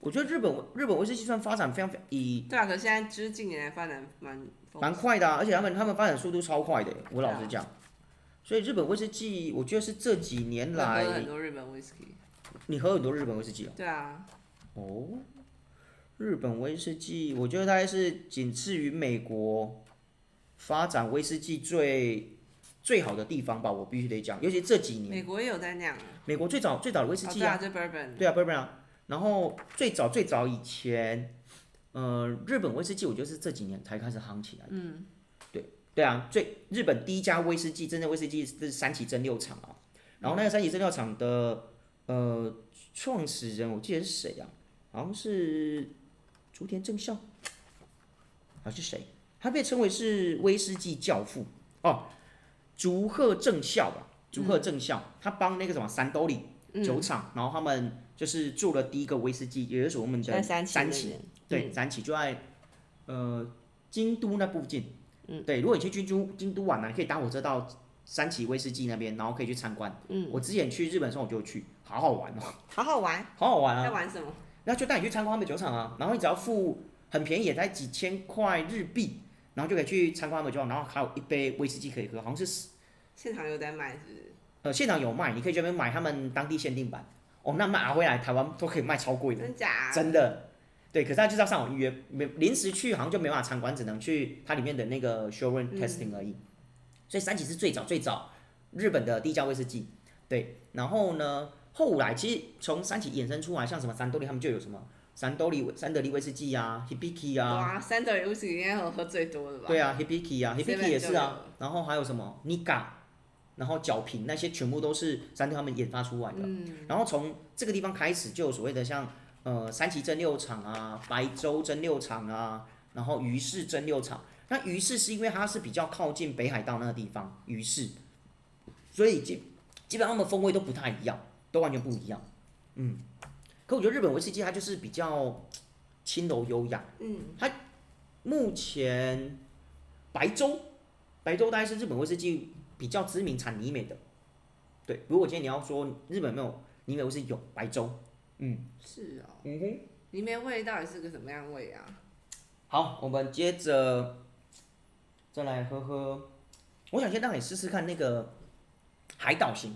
Speaker 2: 我觉得日本日本威士忌算发展非常非常以
Speaker 1: 对啊，可是现在就是近年来发展蛮疯
Speaker 2: 蛮快的、啊，而且他们他们发展速度超快的。我老实讲，所以日本威士忌，我觉得是这几年
Speaker 1: 我喝
Speaker 2: 来
Speaker 1: 了很多日本 whisky。
Speaker 2: 你喝很多日本威士忌哦。
Speaker 1: 对啊，
Speaker 2: 哦，日本威士忌，我觉得大概是仅次于美国发展威士忌最最好的地方吧，我必须得讲。尤其这几
Speaker 1: 美
Speaker 2: 年，
Speaker 1: 国也有在酿啊，
Speaker 2: 美国最早最早的威士
Speaker 1: 哦
Speaker 2: 忌
Speaker 1: 对
Speaker 2: 嗯啊
Speaker 1: 啊，，就 bourbon。
Speaker 2: 对啊，不是不是啊。然后最早最早以前，呃，日本威士忌我觉得是这几年才开始夯起来。嗯，对对啊，最日本第一家威士忌，真正威士忌是三崎蒸馏厂啊。然后那个三崎蒸馏厂的呃创始人，我记得是谁啊？好像是竹田正孝，还是谁？他被称为是威士忌教父哦，竹贺正孝吧，竹贺正孝，他帮那个什么三兜里
Speaker 1: 嗯
Speaker 2: 酒厂，然后他们就是做了第一个威士忌，也就是我们
Speaker 1: 在
Speaker 2: 的
Speaker 1: 三
Speaker 2: 三
Speaker 1: 崎
Speaker 2: 崎
Speaker 1: 那边，嗯
Speaker 2: 对，三崎就在呃京都那附近。嗯，对，如果你去京都京都玩呢、你可以搭火车到三崎威士忌那边，然后可以去参观。嗯，我之前去日本的时候我就有去，好好玩哦，
Speaker 1: 好好玩，
Speaker 2: 好好玩
Speaker 1: 在
Speaker 2: 啊！
Speaker 1: 玩什么？
Speaker 2: 那就带你去参观他们的酒厂啊，然后你只要付很便宜，也才几千块日币，然后就可以去参观他们的酒厂，然后还有一杯威士忌可以喝，好像是十
Speaker 1: 现场有在卖是不是？
Speaker 2: 呃现场有卖，你可以这边买他们当地限定版。哦，那买回来台湾都可以卖超贵的。
Speaker 1: 真假啊？
Speaker 2: 真的，对，可是他就是要上网预约，没临时去好像就没办法参观，只能去它里面的那个 showroom testing 而已。所以三崎是最早最早日本的第一家威士忌，对。然后呢，后来其实从三崎衍生出来，像什么三得利他们就有什么三得利三得利威士忌啊，Hibiki 啊，
Speaker 1: 哇，三德里乌斯应该我喝最多的吧？
Speaker 2: 对啊，Hibiki 啊
Speaker 1: Seven
Speaker 2: ，Hibiki 也是
Speaker 1: 就
Speaker 2: 啊
Speaker 1: 有。
Speaker 2: 然后还有什么 Niga，然后角瓶那些全部都是三得利他们研发出来的。
Speaker 1: 嗯
Speaker 2: 然后从这个地方开始，就有所谓的像呃三崎蒸馏厂啊、白州蒸馏厂啊，然后鱼市蒸馏厂。那鱼市是因为它是比较靠近北海道那个地方，鱼市，所以基基本上它们风味都不太一样，都完全不一样。嗯，可我觉得日本威士忌它就是比较轻柔优雅。嗯，它目前白州，白州大概是日本威士忌比较知名产尼美的。对，如果今天你要说日本有没有尼美威士忌，有白州。
Speaker 1: 是哦，
Speaker 2: 嗯哼。
Speaker 1: 里面味到底是个什么样的味啊？
Speaker 2: 好，我们接着再来喝喝。我想先让你试试看那个海岛型，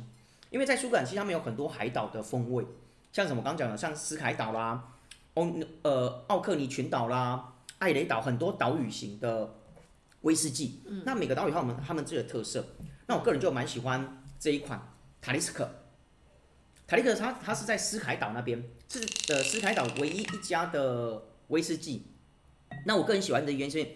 Speaker 2: 因为在苏格兰其实他们有很多海岛的风味，像什么刚刚讲的，像斯凯岛啦、欧呃奥克尼群岛啦、艾雷岛，很多岛屿型的威士忌。
Speaker 1: 嗯
Speaker 2: 那每个岛屿它有我们他们自己的特色。那我个人就蛮喜欢这一款塔利斯克。塔利克它它是在斯凯岛那边，是呃斯凯岛唯一一家的威士忌。那我个人喜欢的原因是，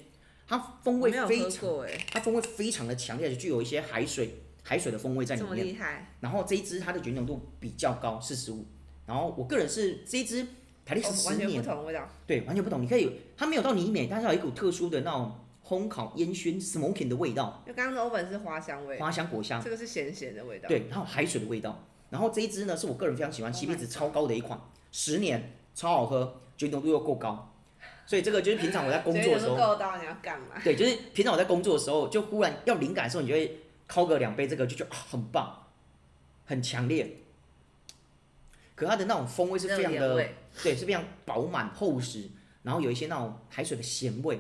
Speaker 2: 它风
Speaker 1: 我
Speaker 2: 味
Speaker 1: 没有
Speaker 2: 非
Speaker 1: 喝
Speaker 2: 常
Speaker 1: 过哎，
Speaker 2: 它风味非常的强烈，而且具有一些海水海水的风味在里
Speaker 1: 这么
Speaker 2: 面。
Speaker 1: 厉害，
Speaker 2: 然后这一支它的酒精浓度比较高，四十五。然后我个人是这一支台历
Speaker 1: 哦
Speaker 2: 是十
Speaker 1: 完全不
Speaker 2: 年，
Speaker 1: 同的味道。
Speaker 2: 对，完全不同。你可以有它没有到泥美，但是它有一股特殊的那种烘烤烟熏 smoking 的味道，
Speaker 1: 因为刚刚的欧本是花香味，
Speaker 2: 花香果香，
Speaker 1: 这个是咸咸的味道。
Speaker 2: 啊对，还有海水的味道。然后这一支呢是我个人非常喜欢
Speaker 1: Oh my
Speaker 2: ，CP 值超高的一款，十年超好喝，酒精浓度又够高，所以这个就是平常我在工
Speaker 1: 觉
Speaker 2: 作
Speaker 1: 得有
Speaker 2: 的时
Speaker 1: 时候
Speaker 2: 候。
Speaker 1: 够到你要干嘛？
Speaker 2: 对，就是平常我在工作的时候，就忽然要灵感的时候，你就会敲个两杯这个，就觉得、啊、很棒，很强烈。可它的那种风味是非常
Speaker 1: 热烈
Speaker 2: 的，
Speaker 1: 味
Speaker 2: 对，是非常饱满厚实，然后有一些那种海水的咸味，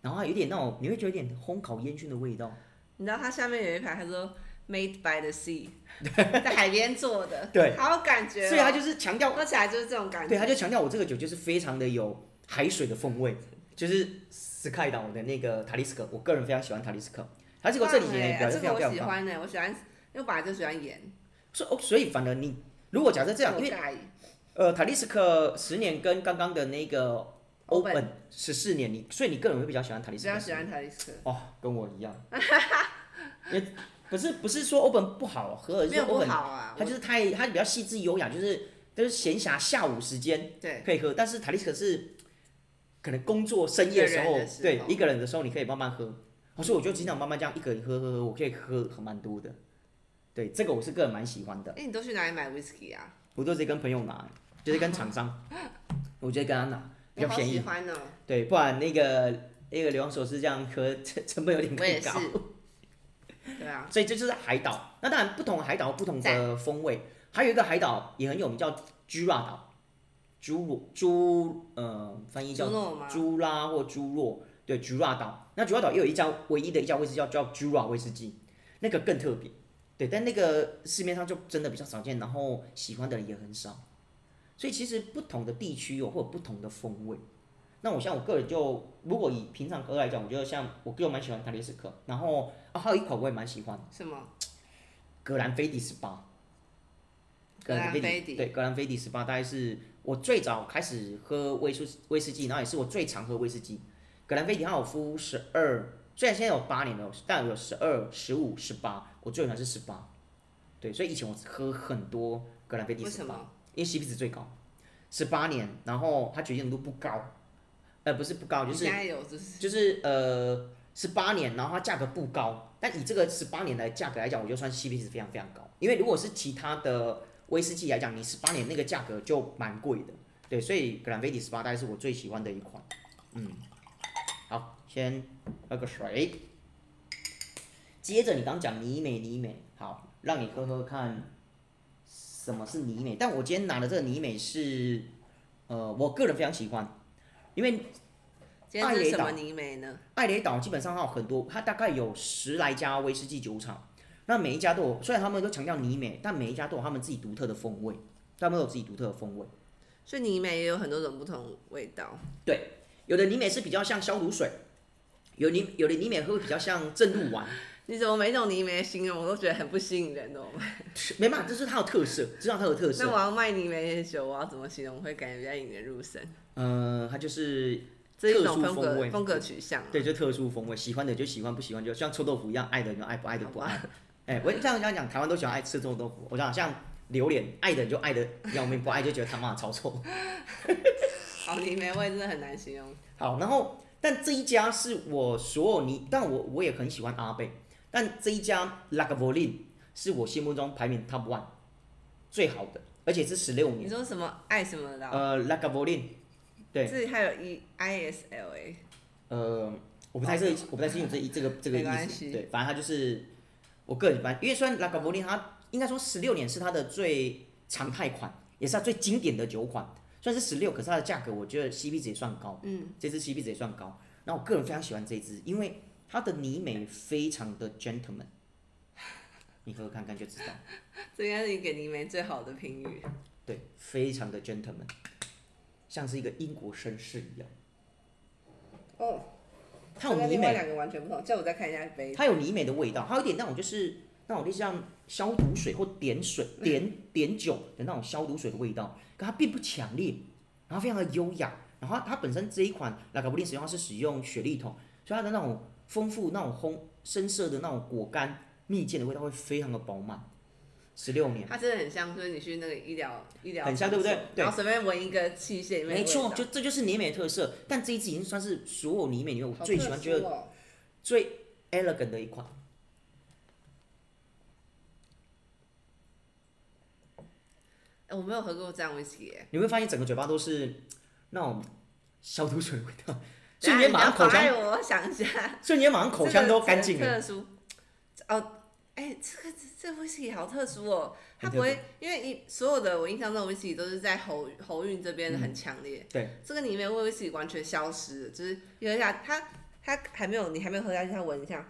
Speaker 2: 然后还有一点那种你会觉得有点烘烤烟熏的味道。
Speaker 1: 你知道它下面有一排，它说 “Made by the sea”，在海边做的，
Speaker 2: 对
Speaker 1: 好有感觉哦。
Speaker 2: 所以它就是强调，
Speaker 1: 喝起来就是这种感觉。
Speaker 2: 对，它就强调我这个酒就是非常的有海水的风味，就是斯凯岛的那个塔利斯克，我个人非常喜欢塔利斯克，它这个这里
Speaker 1: 棒欸
Speaker 2: 也表
Speaker 1: 啊
Speaker 2: 现
Speaker 1: 这
Speaker 2: 非
Speaker 1: 个
Speaker 2: 常非
Speaker 1: 我
Speaker 2: 常
Speaker 1: 喜
Speaker 2: 棒。
Speaker 1: 欢呢、我喜欢，因为我本来就喜欢盐，
Speaker 2: 所以哦，所以反而你如果假设这样，因为
Speaker 1: 我尬意
Speaker 2: 呃，塔利斯克十年跟刚刚的那个
Speaker 1: Open
Speaker 2: Open 十四年，你所以你个人会比较喜欢塔利
Speaker 1: 比
Speaker 2: 斯克
Speaker 1: 较喜欢塔利斯
Speaker 2: 哦，跟我一样， 也不是不是说 Open 不好喝，而
Speaker 1: 克，
Speaker 2: 是
Speaker 1: 没
Speaker 2: 说
Speaker 1: 有不
Speaker 2: Open
Speaker 1: 好啊。
Speaker 2: 呃它就是太它比较细致优雅，就是就是闲暇下午时间
Speaker 1: 我对，
Speaker 2: 可以喝，但是塔利斯克是可能工作深夜的时
Speaker 1: 一个
Speaker 2: 候，
Speaker 1: 人的时候
Speaker 2: 对一个人的时候你可以慢慢喝。我说我就经常慢慢这样一个人喝喝喝，我可以喝很蛮多的。对，这个我是个人蛮喜欢的。
Speaker 1: 哎、你都去哪里买 whisky 啊？
Speaker 2: 我都直接跟朋友拿，就是跟 厂商，我直接跟他拿，
Speaker 1: 我
Speaker 2: 比较
Speaker 1: 好
Speaker 2: 便
Speaker 1: 喜
Speaker 2: 宜。
Speaker 1: 欢哦、
Speaker 2: 对，不然那个那个流浪手是这样喝，成 成本有点
Speaker 1: 我也
Speaker 2: 太
Speaker 1: 是
Speaker 2: 高。
Speaker 1: 对啊，
Speaker 2: 所以这就是海岛。那当然，不同的海岛有不同的风味。还有一个海岛也很有名，叫居拉岛，朱若朱呃翻译叫
Speaker 1: 猪肉吗？
Speaker 2: 朱拉或朱若，对，居拉岛。那居拉岛也有一家唯一的一家威士忌叫叫居拉威士忌，那个更特别，对，但那个市面上就真的比较少见，然后喜欢的人也很少，所以其实不同的地区有会有不同的风味。那我像我个人就，如果以平常喝来讲，我觉得像我个人蛮喜欢塔利斯克，然后啊还有一款我也蛮喜欢的
Speaker 1: 什么？
Speaker 2: 格兰菲迪十八。
Speaker 1: 格兰
Speaker 2: 菲
Speaker 1: 菲迪
Speaker 2: 对格兰菲迪十八大概是我最早开始喝威士威士忌，然后也是我最常喝威士忌。格兰菲迪它有夫十二，虽然现在有八年了，但有十二、十五、十八，我最喜欢是十八。对，所以以前我喝很多格兰菲迪
Speaker 1: 为
Speaker 2: 十
Speaker 1: 什
Speaker 2: 八，
Speaker 1: 么？
Speaker 2: 因为 CP 值最高，十八年，然后它酒精浓度不高，呃，不是不高，就
Speaker 1: 你
Speaker 2: 是
Speaker 1: 现在有就是
Speaker 2: 就是呃十八年，然后它价格不高，但以这个十八年的价格来讲，我就算 CP 值非常非常高。因为如果是其他的威士忌来讲，你十八年那个价格就蛮贵的，对，所以格兰菲迪十八大概是我最喜欢的一款。嗯，好，先喝个水。接着你刚讲尼美尼美，好，让你喝喝看什么是尼美。但我今天拿的这个尼美是，呃，我个人非常喜欢，因为
Speaker 1: 今天这是什么
Speaker 2: 爱雷岛
Speaker 1: 泥煤呢？
Speaker 2: 艾雷岛基本上它有很多，它大概有十来家威士忌酒厂，那每一家都有，虽然他们都强调尼美，但每一家都有他们自己独特的风味，他们都有自己独特的风味。
Speaker 1: 所以泥煤也有很多种不同味道。
Speaker 2: 有的尼美是比较像消毒水，有尼有的尼美会比较像正 露丸，
Speaker 1: 你怎么每种泥煤的形容我都觉得很不吸引人哦？
Speaker 2: 没办法，这是它的特色，知道它的特
Speaker 1: 那
Speaker 2: 色。
Speaker 1: 我要卖泥煤的酒，我要怎么形容会感觉比较引人入胜？
Speaker 2: 呃，它就是
Speaker 1: 这是一
Speaker 2: 特
Speaker 1: 种
Speaker 2: 殊
Speaker 1: 风格
Speaker 2: 风味
Speaker 1: 风格取向、啊。
Speaker 2: 对，就特殊风味，喜欢的就喜欢，不喜欢就像臭豆腐一样，爱的人就爱，不爱的不爱。 哎、我像人家讲，台湾都喜欢爱吃臭豆腐，我想像榴莲，爱的人就爱的要命，不爱就觉得他妈的超臭。
Speaker 1: 好，泥煤味真的很难形容。
Speaker 2: 好，然后但这一家是我所有你，但我我也很喜欢阿贝，但这一家 l a g a v o l i n 是我心目中排名 top one 最好的，而且是十六
Speaker 1: 你
Speaker 2: 年。
Speaker 1: 说什么爱什么的啊、
Speaker 2: 呃 l a g a v o l i n 对
Speaker 1: 这里还有 E I S L A，
Speaker 2: 呃，我不太是我不太清楚这一这个这个
Speaker 1: 哦没关
Speaker 2: 意
Speaker 1: 系
Speaker 2: 思，对，反正他就是我个人反正，因为虽然 l a g a v o l i n 它应该说十六年是它的最常态款，也是它最经典的酒款，虽然是十六，可是它的价格我觉得 CP 值也算高。
Speaker 1: 嗯，
Speaker 2: 这支 CP 值也算高。那我个人非常喜欢这一支，因为它的泥美非常的 gentleman，你喝喝看看就知道，
Speaker 1: 这应该是你给泥煤最好的评语。
Speaker 2: 对，非常的 gentleman，像是一个英国绅士一样。
Speaker 1: 哦，
Speaker 2: 它有泥
Speaker 1: 另外
Speaker 2: 美，
Speaker 1: 两个完全不同，叫我再看一下杯子。
Speaker 2: 它有泥美的味道，它有点那种就是那种就像消毒水或碘水、
Speaker 1: 嗯
Speaker 2: 碘碘酒的那种消毒水的味道，可它并不强烈，然后非常的优雅。然后它它本身这一款拉卡布林使用它是使用雪莉桶，所以它的那种丰富、那种烘深色的那种果干蜜饯的味道会非常的饱满。十六年，
Speaker 1: 它真的很像，就是你去那个医疗医疗
Speaker 2: 很像对不对
Speaker 1: 场所
Speaker 2: 对
Speaker 1: 然后随便闻一个器械里面的味
Speaker 2: 没
Speaker 1: 道，
Speaker 2: 错，就这就是尼美的特色。但这一支已经算是所有尼美里面我最喜欢、觉得
Speaker 1: 得
Speaker 2: 最 elegant 的一款。
Speaker 1: 哎我没有喝过这样威士忌耶，
Speaker 2: 你会发现整个嘴巴都是那种消毒水的味 道，
Speaker 1: 等
Speaker 2: 瞬
Speaker 1: 一
Speaker 2: 间
Speaker 1: 下
Speaker 2: 马上口
Speaker 1: 啊你要妨碍
Speaker 2: 腔，
Speaker 1: 我我想一下，
Speaker 2: 瞬间马上口腔都干净
Speaker 1: 这个
Speaker 2: 了。
Speaker 1: 特殊哦，哎，这个这个威士忌好特殊哦，它
Speaker 2: 很
Speaker 1: 不
Speaker 2: 特别
Speaker 1: 会因为一所有的我印象中的威士忌都是在喉喉韵这边很强烈，
Speaker 2: 嗯对，
Speaker 1: 这个里面威士忌完全消失了，就是有一下它它还没有你还没有喝下去，它闻一下。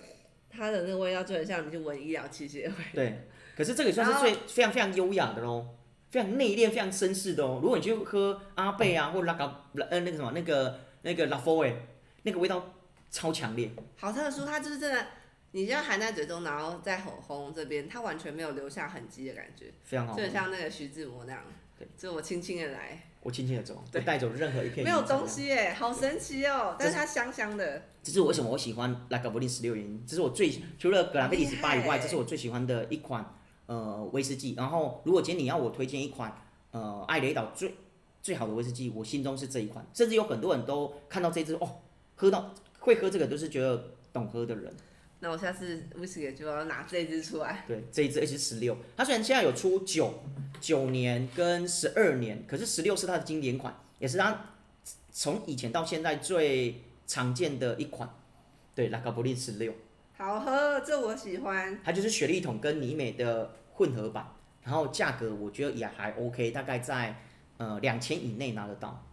Speaker 1: 它的那个味道就很像你去闻医疗器械的味，
Speaker 2: 对，可是这个也算是最非常非常优雅的喽，非常内敛、非常绅士的哦。如果你去喝阿贝啊，或拉嘎呃那个什么那个那个拉佛哎，那个味道超强烈。
Speaker 1: 好特殊，它就是真的，你这样含在嘴中，然后在喉咙这边，它完全没有留下痕迹的感觉。
Speaker 2: 非常好
Speaker 1: 就
Speaker 2: 喝
Speaker 1: 很，像那个徐志摩那样
Speaker 2: 对，
Speaker 1: 就我轻轻的来，
Speaker 2: 我轻轻的走，不
Speaker 1: 对
Speaker 2: 带走任何一片
Speaker 1: 没有
Speaker 2: 云彩
Speaker 1: 东。西耶，好神奇哦！
Speaker 2: 这
Speaker 1: 但
Speaker 2: 是
Speaker 1: 是它香香的，
Speaker 2: 这是我为什么我喜欢拉嘎布林十六元，这是我最除了格兰菲迪十八以
Speaker 1: 厉害
Speaker 2: 外，这是我最喜欢的一款呃威士忌。然后如果今天你要我推荐一款呃艾雷岛最最好的威士忌，我心中是这一款，甚至有很多人都看到这支哦，喝到会喝这个都是觉得懂喝的人。
Speaker 1: 那我下次威士忌就要拿这一支出来。
Speaker 2: 对，这一支 H 十六，它虽然现在有出九九年跟十二年，可是十六是它的经典款，也是它从以前到现在最常见的一款。对，拉卡布林十六，
Speaker 1: 好喝，这我喜欢。
Speaker 2: 它就是雪莉桶跟尼美的混合版，然后价格我觉得也还 OK，大概在呃两千以内拿得到。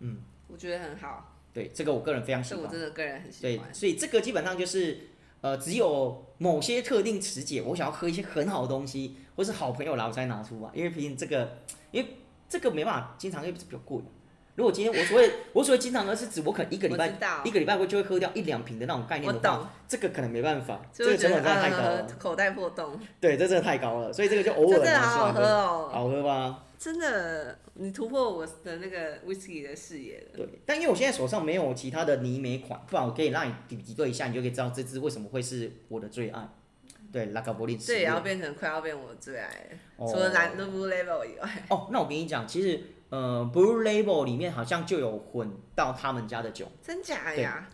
Speaker 2: 嗯，
Speaker 1: 我觉得很好，
Speaker 2: 对，这个我个人非常喜
Speaker 1: 这我
Speaker 2: 欢。
Speaker 1: 真的个人很喜
Speaker 2: 对
Speaker 1: 欢，。
Speaker 2: 所以这个基本上就是，呃，只有某些特定时节，我想要喝一些很好的东西，或是好朋友来，我才拿出来，因为毕竟这个，因为这个没办法经常喝，因为比较贵。如果今天我所谓我所谓经常喝，是指我可能一个礼
Speaker 1: 我
Speaker 2: 拜
Speaker 1: 知道
Speaker 2: 一个礼拜会就会喝掉一两瓶的那种概
Speaker 1: 我
Speaker 2: 念的
Speaker 1: 懂
Speaker 2: 话，，这个可能没办法，这
Speaker 1: 就
Speaker 2: 个
Speaker 1: 是觉
Speaker 2: 成
Speaker 1: 得
Speaker 2: 本真的太高
Speaker 1: 呃
Speaker 2: 了。
Speaker 1: 口袋破洞，
Speaker 2: 对，这真的太高了，所以这个就偶
Speaker 1: 这
Speaker 2: 尔
Speaker 1: 真的
Speaker 2: 拿出
Speaker 1: 好好
Speaker 2: 来
Speaker 1: 喝
Speaker 2: 喝，
Speaker 1: 哦，
Speaker 2: 好喝吧？
Speaker 1: 真的，你突破我的那个 whisky 的视野了。
Speaker 2: 对，但因为我现在手上没有其他的泥煤款，不然我可以让你比比对一下，你就可以知道这支为什么会是我的最爱。对，拉卡柏林。
Speaker 1: 这也要变成快要变我最爱了，
Speaker 2: 哦
Speaker 1: 啊除了蓝 Blue Level 以外，
Speaker 2: 哦，那我跟你讲，其实呃，Blue Label 里面好像就有混到他们家的酒。
Speaker 1: 真假呀？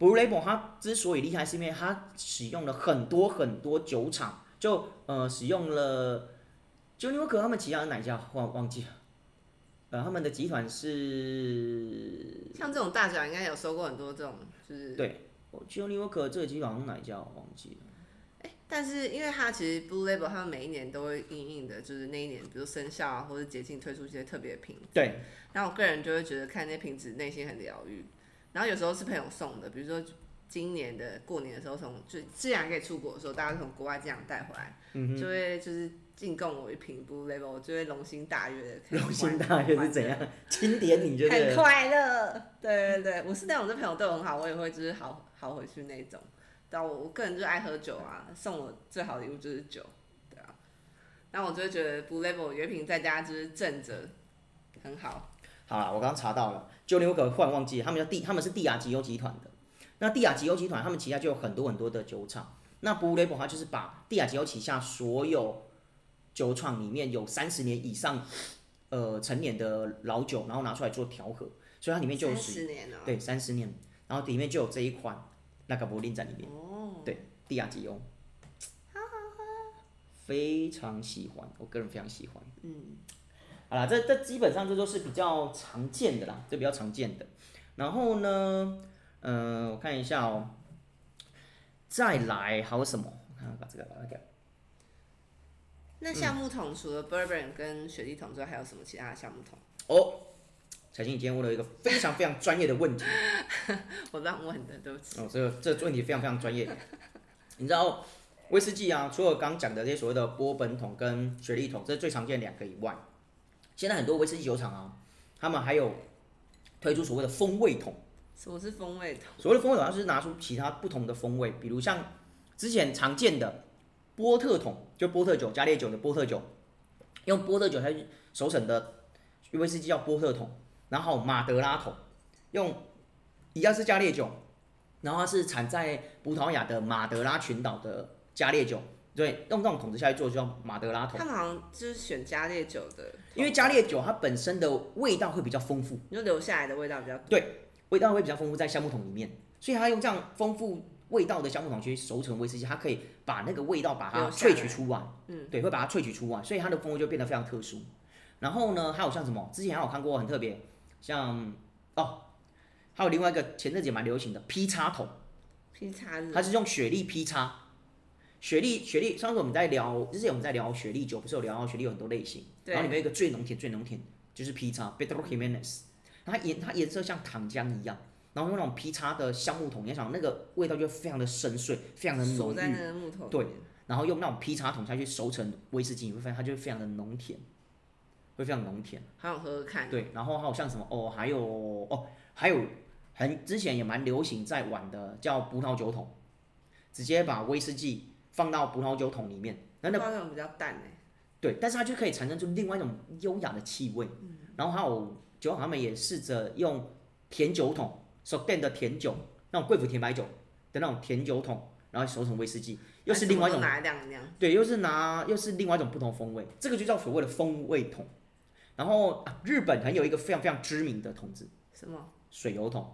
Speaker 2: Blue Label 它之所以厉害，是因为它使用了很多很多酒厂，就呃使用了 j u n i o c 他们旗下的哪一家忘忘记了？呃，他们的集团是
Speaker 1: 像这种大奖应该有收过很多这种，就是
Speaker 2: 对 j u n i o c 这个集团好像哪一家我忘记了。
Speaker 1: 哎，但是因为它其实 Blue Label 他们每一年都会硬硬的，就是那一年，比如生肖啊或者节庆推出一些特别的品质，
Speaker 2: 对，
Speaker 1: 然后我个人就会觉得看那些瓶子内心很疗愈。然后有时候是朋友送的，比如说今年的过年的时候从，就既然可以出国的时候，大家从国外这样带回来，
Speaker 2: 嗯
Speaker 1: 就会就是进贡我一瓶 Blue Label，我就会龙心大悦的。
Speaker 2: 龙心大悦是怎样？钦点 你就
Speaker 1: 很
Speaker 2: 对了。
Speaker 1: 快乐。对对对，我是那种对朋友对我很好，我也会就是好好回去那种。但我我个人就爱喝酒啊，送我最好的礼物就是酒，对啊。那我就会觉得 Blue Label 原品在家就是正着，很好。
Speaker 2: 好了，我刚刚查到了 j u n i o c 忽然忘记了，他们叫地，他们是地亚吉优集团的。那地亚吉优集团他们旗下就有很多很多的酒厂。那 Blue Label 它就是把地亚吉优旗下所有酒厂里面有三十年以上呃成年的老酒，然后拿出来做调和，所以它里面就有
Speaker 1: 三
Speaker 2: 使
Speaker 1: 十年哦、
Speaker 2: 对三十年，然后里面就有这一款那个柏林在里面。
Speaker 1: 哦，
Speaker 2: 对，地亚吉欧，非常喜欢，我个人非常喜欢。嗯，好啦，这这基本上这都是比较常见的啦，这比较常见的。然后呢，嗯、我看一下哦，再来还有什么？我看把这个把这个，
Speaker 1: 那橡木桶除了 Bourbon 跟雪地桶之外，还有什么其他的橡木桶？
Speaker 2: 哦，小新，你今天问了一个非常非常专业的问题。
Speaker 1: 我乱问的，对不起。
Speaker 2: 哦，这个这个问题非常非常专业。你知道威士忌啊，除了刚讲的这些所谓的波本桶跟雪莉桶，这是最常见的两个以外，现在很多威士忌酒厂啊，他们还有推出所谓的风味桶。
Speaker 1: 什么是风味桶？
Speaker 2: 所谓的风味桶，它就是拿出其他不同的风味，比如像之前常见的波特桶，就波特酒、加烈酒的波特酒，用波特酒它熟成的威士忌叫波特桶，然后马德拉桶，用一样是加烈酒，然后它是产在葡萄牙的马德拉群岛的加烈酒，对，用这种桶子下去做就叫马德拉桶
Speaker 1: 他，们好像就是选加烈酒的，
Speaker 2: 因为加烈酒它本身的味道会比较丰富。
Speaker 1: 你就留下来的味道比较多。
Speaker 2: 味道会比较丰富在橡木桶里面，所以它用这样丰富味道的橡木桶去熟成威士忌，它可以把那个味道把它
Speaker 1: 留下来
Speaker 2: 萃取出来，
Speaker 1: 嗯，
Speaker 2: 对，会把它萃取出来，所以它的风味就变得非常特殊。然后呢，还有像什么，之前还有看过很特别，像哦，还有另外一个前阵子也蛮流行的 P 叉桶，
Speaker 1: 劈叉日
Speaker 2: 它是用雪莉 P 叉。雪莉，雪莉，上次我们在聊，之前我们在聊雪莉酒，不是有聊到雪莉有很多类型，
Speaker 1: 对
Speaker 2: 然后里面有一个最浓甜、最浓甜，就是 P 叉 b e d r o Jimenez，它颜它颜色像糖浆一样，然后用那种 P 叉的橡木桶，你要想那个味道就非常的深邃，非常的浓
Speaker 1: 锁在
Speaker 2: 郁
Speaker 1: 那，个木头里
Speaker 2: 对
Speaker 1: 面
Speaker 2: 然后用那种 P 叉桶下去熟成威士忌，你会发现它就会非常的浓甜，会非常浓甜。
Speaker 1: 好想喝喝看。
Speaker 2: 对，然后还有像什么哦，还有哦，还有很之前也蛮流行在玩的叫葡萄酒桶，直接把威士忌放到葡萄酒桶里面，那那
Speaker 1: 花种比较淡哎、
Speaker 2: 对，但是它就可以产生出另外一种优雅的气味。然后还有酒厂他们也试着用甜酒桶，手店的甜酒，那种贵腐甜白酒的那种甜酒桶，然后熟成威士忌，又是另外一种
Speaker 1: 拿来晾一晾，
Speaker 2: 对，又是拿又是另外一种不同风味，这个就叫所谓的风味桶。然后、啊、日本还有一个非常非常知名的桶子，
Speaker 1: 什么
Speaker 2: 水油桶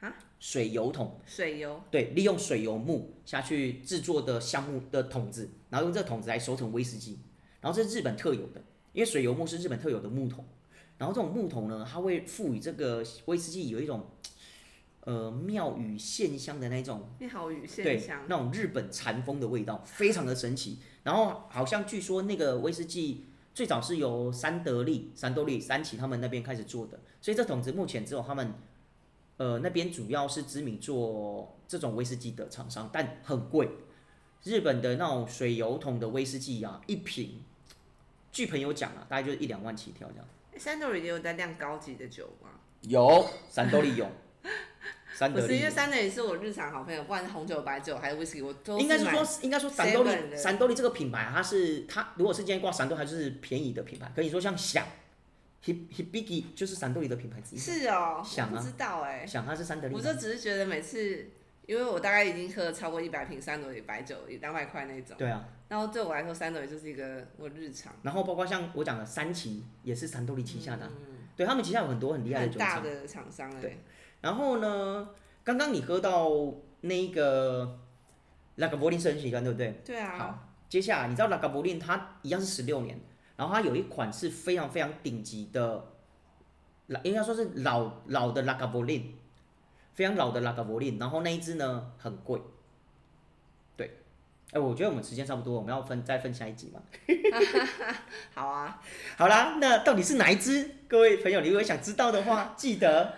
Speaker 1: 啊，
Speaker 2: 水油桶，
Speaker 1: 水油，
Speaker 2: 对，利用水油木下去制作的橡木的桶子，然后用这个桶子来熟成威士忌，然后这是日本特有的，因为水油木是日本特有的木桶，然后这种木桶呢，它会赋予这个威士忌有一种呃妙语现香的那种
Speaker 1: 你好雨
Speaker 2: 对
Speaker 1: 现，象，
Speaker 2: 那种日本禅风的味道，非常的神奇。然后好像据说那个威士忌最早是由三得利、三得利、三旗他们那边开始做的，所以这桶子目前只有他们，呃，那边主要是知名做这种威士忌的厂商，但很贵。日本的那种水油桶的威士忌啊，一瓶，据朋友讲啊，大概就是一两万起跳这样。
Speaker 1: 三豆里也有在酿高级的酒吗？
Speaker 2: 有，三得利有，三
Speaker 1: 不
Speaker 2: 得
Speaker 1: 是，
Speaker 2: 利
Speaker 1: 因为
Speaker 2: 有。
Speaker 1: 三德里是我日常好朋友，不管是红酒、白酒还是 whisky，我都
Speaker 2: 应该是
Speaker 1: 买
Speaker 2: 说，应该说闪豆
Speaker 1: 7-Eleven
Speaker 2: 力，
Speaker 1: 的
Speaker 2: 闪豆力这个品牌啊，它是它如果是今天挂闪豆，它就是便宜的品牌。可以说像响，Hib Hibiki 就是闪豆力的品牌之一。
Speaker 1: 是哦，
Speaker 2: 想啊
Speaker 1: 我不知道哎、
Speaker 2: 响它是三得利
Speaker 1: 我
Speaker 2: 嘛，
Speaker 1: 就只是觉得每次，因为我大概已经喝了超过一百瓶三斗里白酒，也两百块那种。
Speaker 2: 对啊。
Speaker 1: 然后对我来说，三斗也就是一个我日常
Speaker 2: 然后包括像我讲的三旗也是闪豆力旗下的啊、对他们旗下有很多很厉害的
Speaker 1: 嗯很
Speaker 2: 酒
Speaker 1: 大
Speaker 2: 厂。
Speaker 1: 的厂商哎、
Speaker 2: 对然后呢，刚刚你喝到那个那个柏林神奇干，对不对？
Speaker 1: 对啊，
Speaker 2: 好，接下来你知道拉嘎柏林它一样是十六年，然后它有一款是非常非常顶级的，老应该说是老老的拉嘎柏林，非常老的拉嘎柏林，然后那一只呢很贵，对，哎、我觉得我们时间差不多，我们要分再分下一集嘛。
Speaker 1: 好啊，
Speaker 2: 好啦，那到底是哪一只？各位朋友，如果想知道的话，记得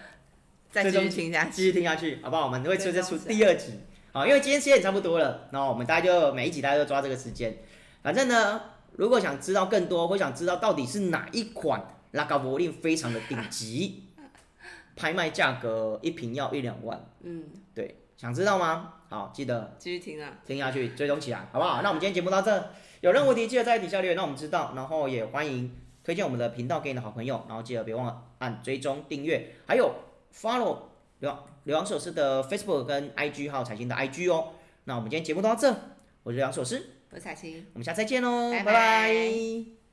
Speaker 1: 再继
Speaker 2: 追
Speaker 1: 续
Speaker 2: 踪
Speaker 1: 听下去。
Speaker 2: 继续听下去，好不好？我们会出再
Speaker 1: 追踪
Speaker 2: 出
Speaker 1: 起
Speaker 2: 第二集，好，因为今天时间也差不多了，那我们大家就每一集大家都抓这个时间。反正呢，如果想知道更多，或想知道到底是哪一款拉嘎柏林非常的顶级，拍卖价格一瓶要一两万，
Speaker 1: 嗯，
Speaker 2: 对，想知道吗？好，记得
Speaker 1: 继续听啊，
Speaker 2: 听下去，追踪起来，好不好？那我们今天节目到这，有任何问题记得在底下留言，让我们知道，然后也欢迎推荐我们的频道给你的好朋友，然后记得别忘了按追踪订阅，还有 follow 刘刘洋首饰的 Facebook 跟 IG 还有财经的 IG 哦。那我们今天节目到这，我是刘洋首饰，
Speaker 1: 我是彩青。
Speaker 2: 我们下次再见喽，哦
Speaker 1: 拜拜
Speaker 2: 拜拜